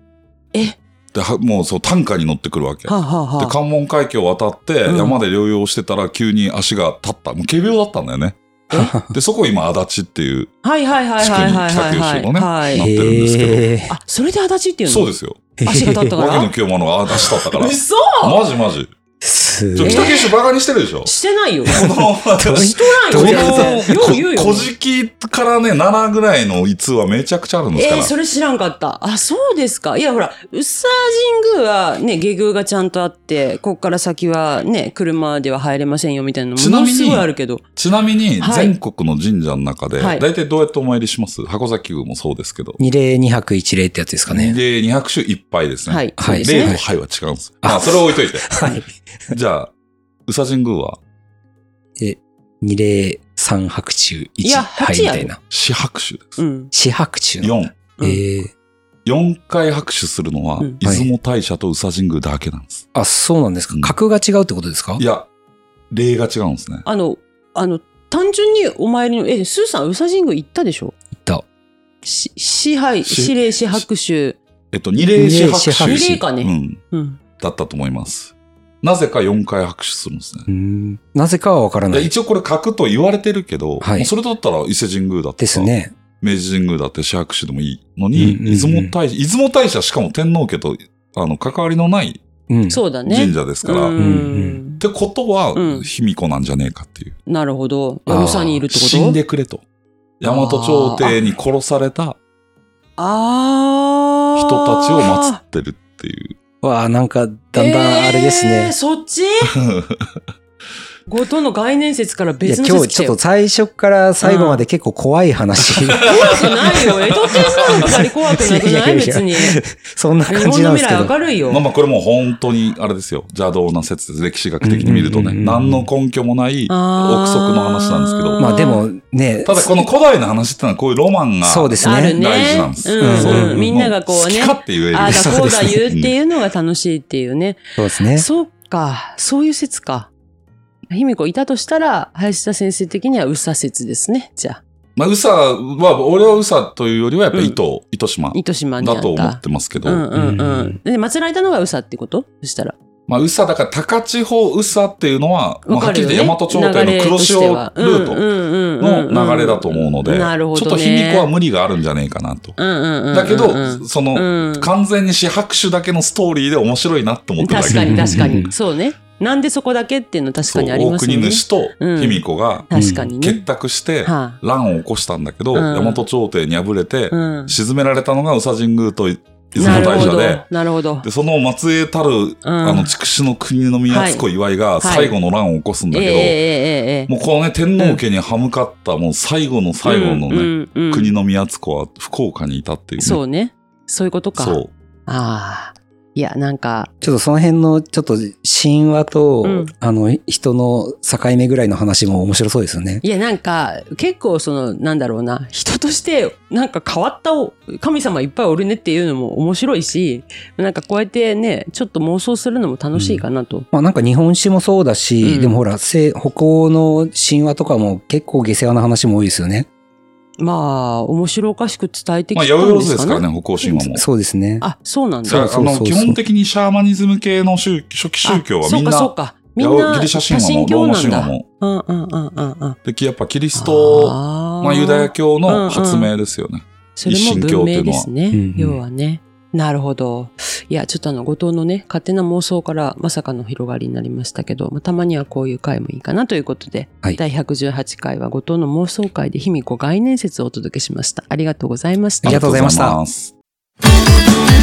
[SPEAKER 1] え
[SPEAKER 3] で、はもうそう、単価に乗ってくるわけ。
[SPEAKER 1] はあ、
[SPEAKER 3] で、
[SPEAKER 1] はあはあ、
[SPEAKER 3] 関門海峡を渡って、
[SPEAKER 1] うん
[SPEAKER 3] 山で療養してたら、急に足が立った。もう仮病だったんだよね。で、そこ今、足立っていう、
[SPEAKER 1] はいはいはいはいはいはい
[SPEAKER 3] 地区に北
[SPEAKER 1] は
[SPEAKER 3] 九州
[SPEAKER 1] い。
[SPEAKER 3] のね
[SPEAKER 1] はい
[SPEAKER 3] なってるんですけど
[SPEAKER 4] へ
[SPEAKER 1] あ、それで足立っていうの
[SPEAKER 3] そうですよ。
[SPEAKER 4] ー
[SPEAKER 1] 足が立ったか
[SPEAKER 3] わけの
[SPEAKER 1] ら
[SPEAKER 3] 清のが足立ったから。
[SPEAKER 1] 嘘
[SPEAKER 3] マジマジ。
[SPEAKER 4] す
[SPEAKER 3] ち
[SPEAKER 4] ご
[SPEAKER 3] ょ
[SPEAKER 4] い。
[SPEAKER 3] 北九州バカにしてるでしょ。
[SPEAKER 1] してないよ。
[SPEAKER 3] この、
[SPEAKER 1] しと
[SPEAKER 4] どう
[SPEAKER 1] ないいう
[SPEAKER 4] こと
[SPEAKER 1] よ。よう言うよ。
[SPEAKER 3] こじきからね、7ぐらいの逸話めちゃくちゃあるんですか
[SPEAKER 1] え
[SPEAKER 3] ら。
[SPEAKER 1] ー、それ知らんかった。あ、そうですか。いや、ほら、宇佐神宮はね、下宮がちゃんとあって、こっから先はね、車では入れませんよみたいなの
[SPEAKER 3] ちな
[SPEAKER 1] も
[SPEAKER 3] み
[SPEAKER 1] の
[SPEAKER 3] に
[SPEAKER 1] すごいあるけど。
[SPEAKER 3] ちなみに、
[SPEAKER 1] はい
[SPEAKER 3] 全国の神社の中で、
[SPEAKER 1] はい
[SPEAKER 3] 大体どうやってお参りします箱崎宮もそうですけど。
[SPEAKER 4] 二例二泊一例ってやつですかね。
[SPEAKER 3] で、200種いっぱいですね。
[SPEAKER 1] はい。
[SPEAKER 4] はい
[SPEAKER 1] そうです
[SPEAKER 3] 例の
[SPEAKER 1] ね。
[SPEAKER 3] はいは違うんです。まあ、それは置いといて。
[SPEAKER 4] はい。
[SPEAKER 3] じゃあ、宇佐神宮は、
[SPEAKER 4] 二例三泊中
[SPEAKER 1] い
[SPEAKER 4] 一
[SPEAKER 1] や
[SPEAKER 4] はい
[SPEAKER 1] 八
[SPEAKER 4] み
[SPEAKER 1] や
[SPEAKER 4] た
[SPEAKER 1] ろ
[SPEAKER 4] いな。
[SPEAKER 3] 四拍手です。
[SPEAKER 1] うん。
[SPEAKER 4] 四泊中の。
[SPEAKER 3] 4。
[SPEAKER 1] うん
[SPEAKER 4] ええ。
[SPEAKER 3] 4回拍手するのは、
[SPEAKER 1] うん
[SPEAKER 3] 出雲大社と宇佐神宮だけなんです。
[SPEAKER 4] あ、そうなんですか
[SPEAKER 3] うん。
[SPEAKER 4] 格が違うってことですか
[SPEAKER 3] いや、例が違うんですね。
[SPEAKER 1] あの、あの、単純にお参りの、え、スーさん、宇佐神宮行ったでしょ
[SPEAKER 4] た
[SPEAKER 1] し支配、
[SPEAKER 3] し
[SPEAKER 1] 司令、四拍手。
[SPEAKER 3] えっと、2例四拍
[SPEAKER 1] 礼四
[SPEAKER 3] 手。
[SPEAKER 4] 二
[SPEAKER 1] 拍手二礼かね
[SPEAKER 3] うん。
[SPEAKER 1] うん。
[SPEAKER 3] だったと思います。なぜか4回拍手するんですね
[SPEAKER 4] う。んなぜかはわからな
[SPEAKER 3] で
[SPEAKER 4] い
[SPEAKER 3] 一応これ角と言われてるけど、
[SPEAKER 4] はい
[SPEAKER 3] もうそれだったら伊勢神宮だって
[SPEAKER 4] で
[SPEAKER 3] さ
[SPEAKER 4] すね。
[SPEAKER 3] 明治神宮だって四拍手でもいいのに、
[SPEAKER 4] うんうんうん
[SPEAKER 3] 出雲大社、出雲大社しかも天皇家とあの関わりのない
[SPEAKER 4] うん。
[SPEAKER 1] そうだね。
[SPEAKER 3] 神社ですから、
[SPEAKER 1] う
[SPEAKER 3] っ
[SPEAKER 4] ん
[SPEAKER 1] ん。
[SPEAKER 3] てことは、
[SPEAKER 1] うん
[SPEAKER 3] 卑弥呼なんじゃねえかっていう。
[SPEAKER 1] なるほど。
[SPEAKER 4] あー
[SPEAKER 1] 宇佐にいるってこと
[SPEAKER 3] 死んでくれと。大和朝廷に殺された
[SPEAKER 1] ああ。
[SPEAKER 3] 人たちを祀ってるっていう。
[SPEAKER 4] わあ、なんか、だんだんあれです
[SPEAKER 1] えー
[SPEAKER 4] ね。
[SPEAKER 1] そっ ち後藤の概念説から
[SPEAKER 4] いや、
[SPEAKER 1] 別の
[SPEAKER 4] 今
[SPEAKER 1] 説来
[SPEAKER 4] 日ち
[SPEAKER 1] た
[SPEAKER 4] ょっと
[SPEAKER 1] よ。
[SPEAKER 4] 最初から最後まで結構怖い話。
[SPEAKER 1] 怖くないよ。江戸天皇のくだり怖くなく
[SPEAKER 4] いやい
[SPEAKER 1] な
[SPEAKER 4] や
[SPEAKER 1] い
[SPEAKER 4] いや
[SPEAKER 1] 別に。日
[SPEAKER 4] そんな感
[SPEAKER 1] 本
[SPEAKER 4] じな
[SPEAKER 1] の
[SPEAKER 4] んです
[SPEAKER 1] 未来
[SPEAKER 4] けど。
[SPEAKER 1] 明るいよ
[SPEAKER 3] まあ。まあこれもう本当にあれですよ。邪道な説です。歴史学的に見るとね。
[SPEAKER 4] うんうんうんうん
[SPEAKER 3] 何の根拠もない憶
[SPEAKER 1] あー
[SPEAKER 3] 測の話なんですけど。
[SPEAKER 1] ま
[SPEAKER 4] まあでもね、
[SPEAKER 3] ただこの古代の話ってのはこういうロマンが
[SPEAKER 4] そうです
[SPEAKER 1] あ
[SPEAKER 4] ね
[SPEAKER 1] るね。
[SPEAKER 3] 大事なんです。そう
[SPEAKER 1] うん。
[SPEAKER 3] いううん
[SPEAKER 1] みんながこうね
[SPEAKER 3] 好き、勝手言える。
[SPEAKER 1] ああだこうだ
[SPEAKER 4] そうです
[SPEAKER 1] 言うっていうのが楽しいっていうね。
[SPEAKER 4] そうですね。
[SPEAKER 1] そうか。そういう説か。卑弥呼いたとしたら、林田先生的には宇佐説ですね。じゃあ、
[SPEAKER 3] まあ、宇佐は、俺は宇佐というよりはやっぱ糸、糸島
[SPEAKER 1] 糸島にあった。
[SPEAKER 3] だと思ってますけど、
[SPEAKER 1] うんうんう。
[SPEAKER 4] うん
[SPEAKER 1] で、祀られたのが宇佐ってことそしたら。
[SPEAKER 3] まあ、宇佐だから高千穂宇佐っていうのは、まあ、
[SPEAKER 1] わ
[SPEAKER 3] は
[SPEAKER 1] か
[SPEAKER 3] っき
[SPEAKER 1] る
[SPEAKER 3] り
[SPEAKER 1] よ
[SPEAKER 3] 言
[SPEAKER 1] ね、
[SPEAKER 3] って大和朝廷の黒潮ルートの流れだと思うので、
[SPEAKER 1] なるほど
[SPEAKER 3] ち
[SPEAKER 1] ね
[SPEAKER 3] ょっと卑弥呼は無理があるんじゃねえかなと。
[SPEAKER 1] と
[SPEAKER 3] だけど、
[SPEAKER 1] うん
[SPEAKER 3] その、
[SPEAKER 1] うん
[SPEAKER 3] 完全に四白手だけのストーリーで面白いなって思ってるだけ
[SPEAKER 1] 確かに確か
[SPEAKER 4] う
[SPEAKER 1] に。
[SPEAKER 4] ん
[SPEAKER 1] そうね。なんでそこだけっていうの確かにあり
[SPEAKER 3] そう大
[SPEAKER 1] ますも
[SPEAKER 3] 国
[SPEAKER 1] んね。
[SPEAKER 3] 主と卑弥呼が
[SPEAKER 4] うん
[SPEAKER 1] 確かに
[SPEAKER 3] 結
[SPEAKER 1] ね。
[SPEAKER 3] 託して
[SPEAKER 1] は
[SPEAKER 3] 乱を起こしたんだけど、
[SPEAKER 1] うん
[SPEAKER 3] 大和朝廷に敗れて
[SPEAKER 1] あ、うん。
[SPEAKER 3] 沈められたのが宇佐神宮と出雲
[SPEAKER 1] なる
[SPEAKER 3] 大
[SPEAKER 1] ほ
[SPEAKER 3] 社
[SPEAKER 1] ど
[SPEAKER 3] で、。
[SPEAKER 1] なるほど。
[SPEAKER 3] で、その末裔たる、あの、筑紫の国の宮津子岩井が
[SPEAKER 1] い
[SPEAKER 3] 最後の乱を起こすんだ
[SPEAKER 1] え
[SPEAKER 3] け
[SPEAKER 1] え
[SPEAKER 3] ど、
[SPEAKER 1] ええええええ
[SPEAKER 3] もうこのね、天皇家に歯向かった、もう最後の最後のね、
[SPEAKER 1] うんうんうん
[SPEAKER 3] 国の宮津子は福岡にいたっていう、ね。
[SPEAKER 1] そうね。そういうことか。
[SPEAKER 3] そう。
[SPEAKER 1] ああ。いや、なんか、
[SPEAKER 4] ちょっとその辺の、ちょっと神話と、
[SPEAKER 1] うん
[SPEAKER 4] あの、人の境目ぐらいの話も面白そうですよね。
[SPEAKER 1] いや、なんか、結構、その、なんだろうな、人として、なんか変わったお神様いっぱいおるねっていうのも面白いし、なんかこうやってね、ちょっと妄想するのも楽しいかなと。
[SPEAKER 4] まあなんか日本史もそうだし、
[SPEAKER 1] うん
[SPEAKER 4] でもほら、西北欧の神話とかも結構下世話な話も多いですよね。
[SPEAKER 1] まあ、面白おかしく伝えてき
[SPEAKER 3] ま
[SPEAKER 1] た
[SPEAKER 3] あ、
[SPEAKER 1] ん
[SPEAKER 3] 八百
[SPEAKER 1] で
[SPEAKER 3] 万
[SPEAKER 1] す
[SPEAKER 3] です
[SPEAKER 1] か
[SPEAKER 3] から
[SPEAKER 1] ね。
[SPEAKER 3] ね、北欧神話も。
[SPEAKER 4] そうですね。
[SPEAKER 1] あ、そうなんだ。
[SPEAKER 3] だ
[SPEAKER 4] そう
[SPEAKER 3] からあの
[SPEAKER 4] そう
[SPEAKER 3] 基本的にシャーマニズム系の宗初期宗教はみん
[SPEAKER 1] あそうか、そう
[SPEAKER 3] な
[SPEAKER 1] か。みん
[SPEAKER 3] ギ
[SPEAKER 1] な、
[SPEAKER 3] リシャ
[SPEAKER 1] 多
[SPEAKER 3] 神話
[SPEAKER 1] 神
[SPEAKER 3] もロ
[SPEAKER 1] 教
[SPEAKER 3] ー
[SPEAKER 1] なん
[SPEAKER 3] マ神話
[SPEAKER 1] だ。
[SPEAKER 3] も
[SPEAKER 1] うんうんうんうんうん。
[SPEAKER 3] で、やっぱキリスト、
[SPEAKER 1] あー
[SPEAKER 3] まあ、ユダヤ教の発明ですよね。
[SPEAKER 1] それも文明ですね、
[SPEAKER 4] 一神教っていう
[SPEAKER 1] 要
[SPEAKER 4] のはうんうん
[SPEAKER 1] はね。なるほど。いや、ちょっとあの、後藤のね、勝手な妄想からまさかの広がりになりましたけど、まあ、たまにはこういう回もいいかなということで、
[SPEAKER 4] はい
[SPEAKER 1] 第118回は後藤の妄想会で卑弥呼概念説をお届けしました。ありがとうございまし
[SPEAKER 4] あ
[SPEAKER 1] た
[SPEAKER 4] りが。とうございました
[SPEAKER 3] ありがとうございます。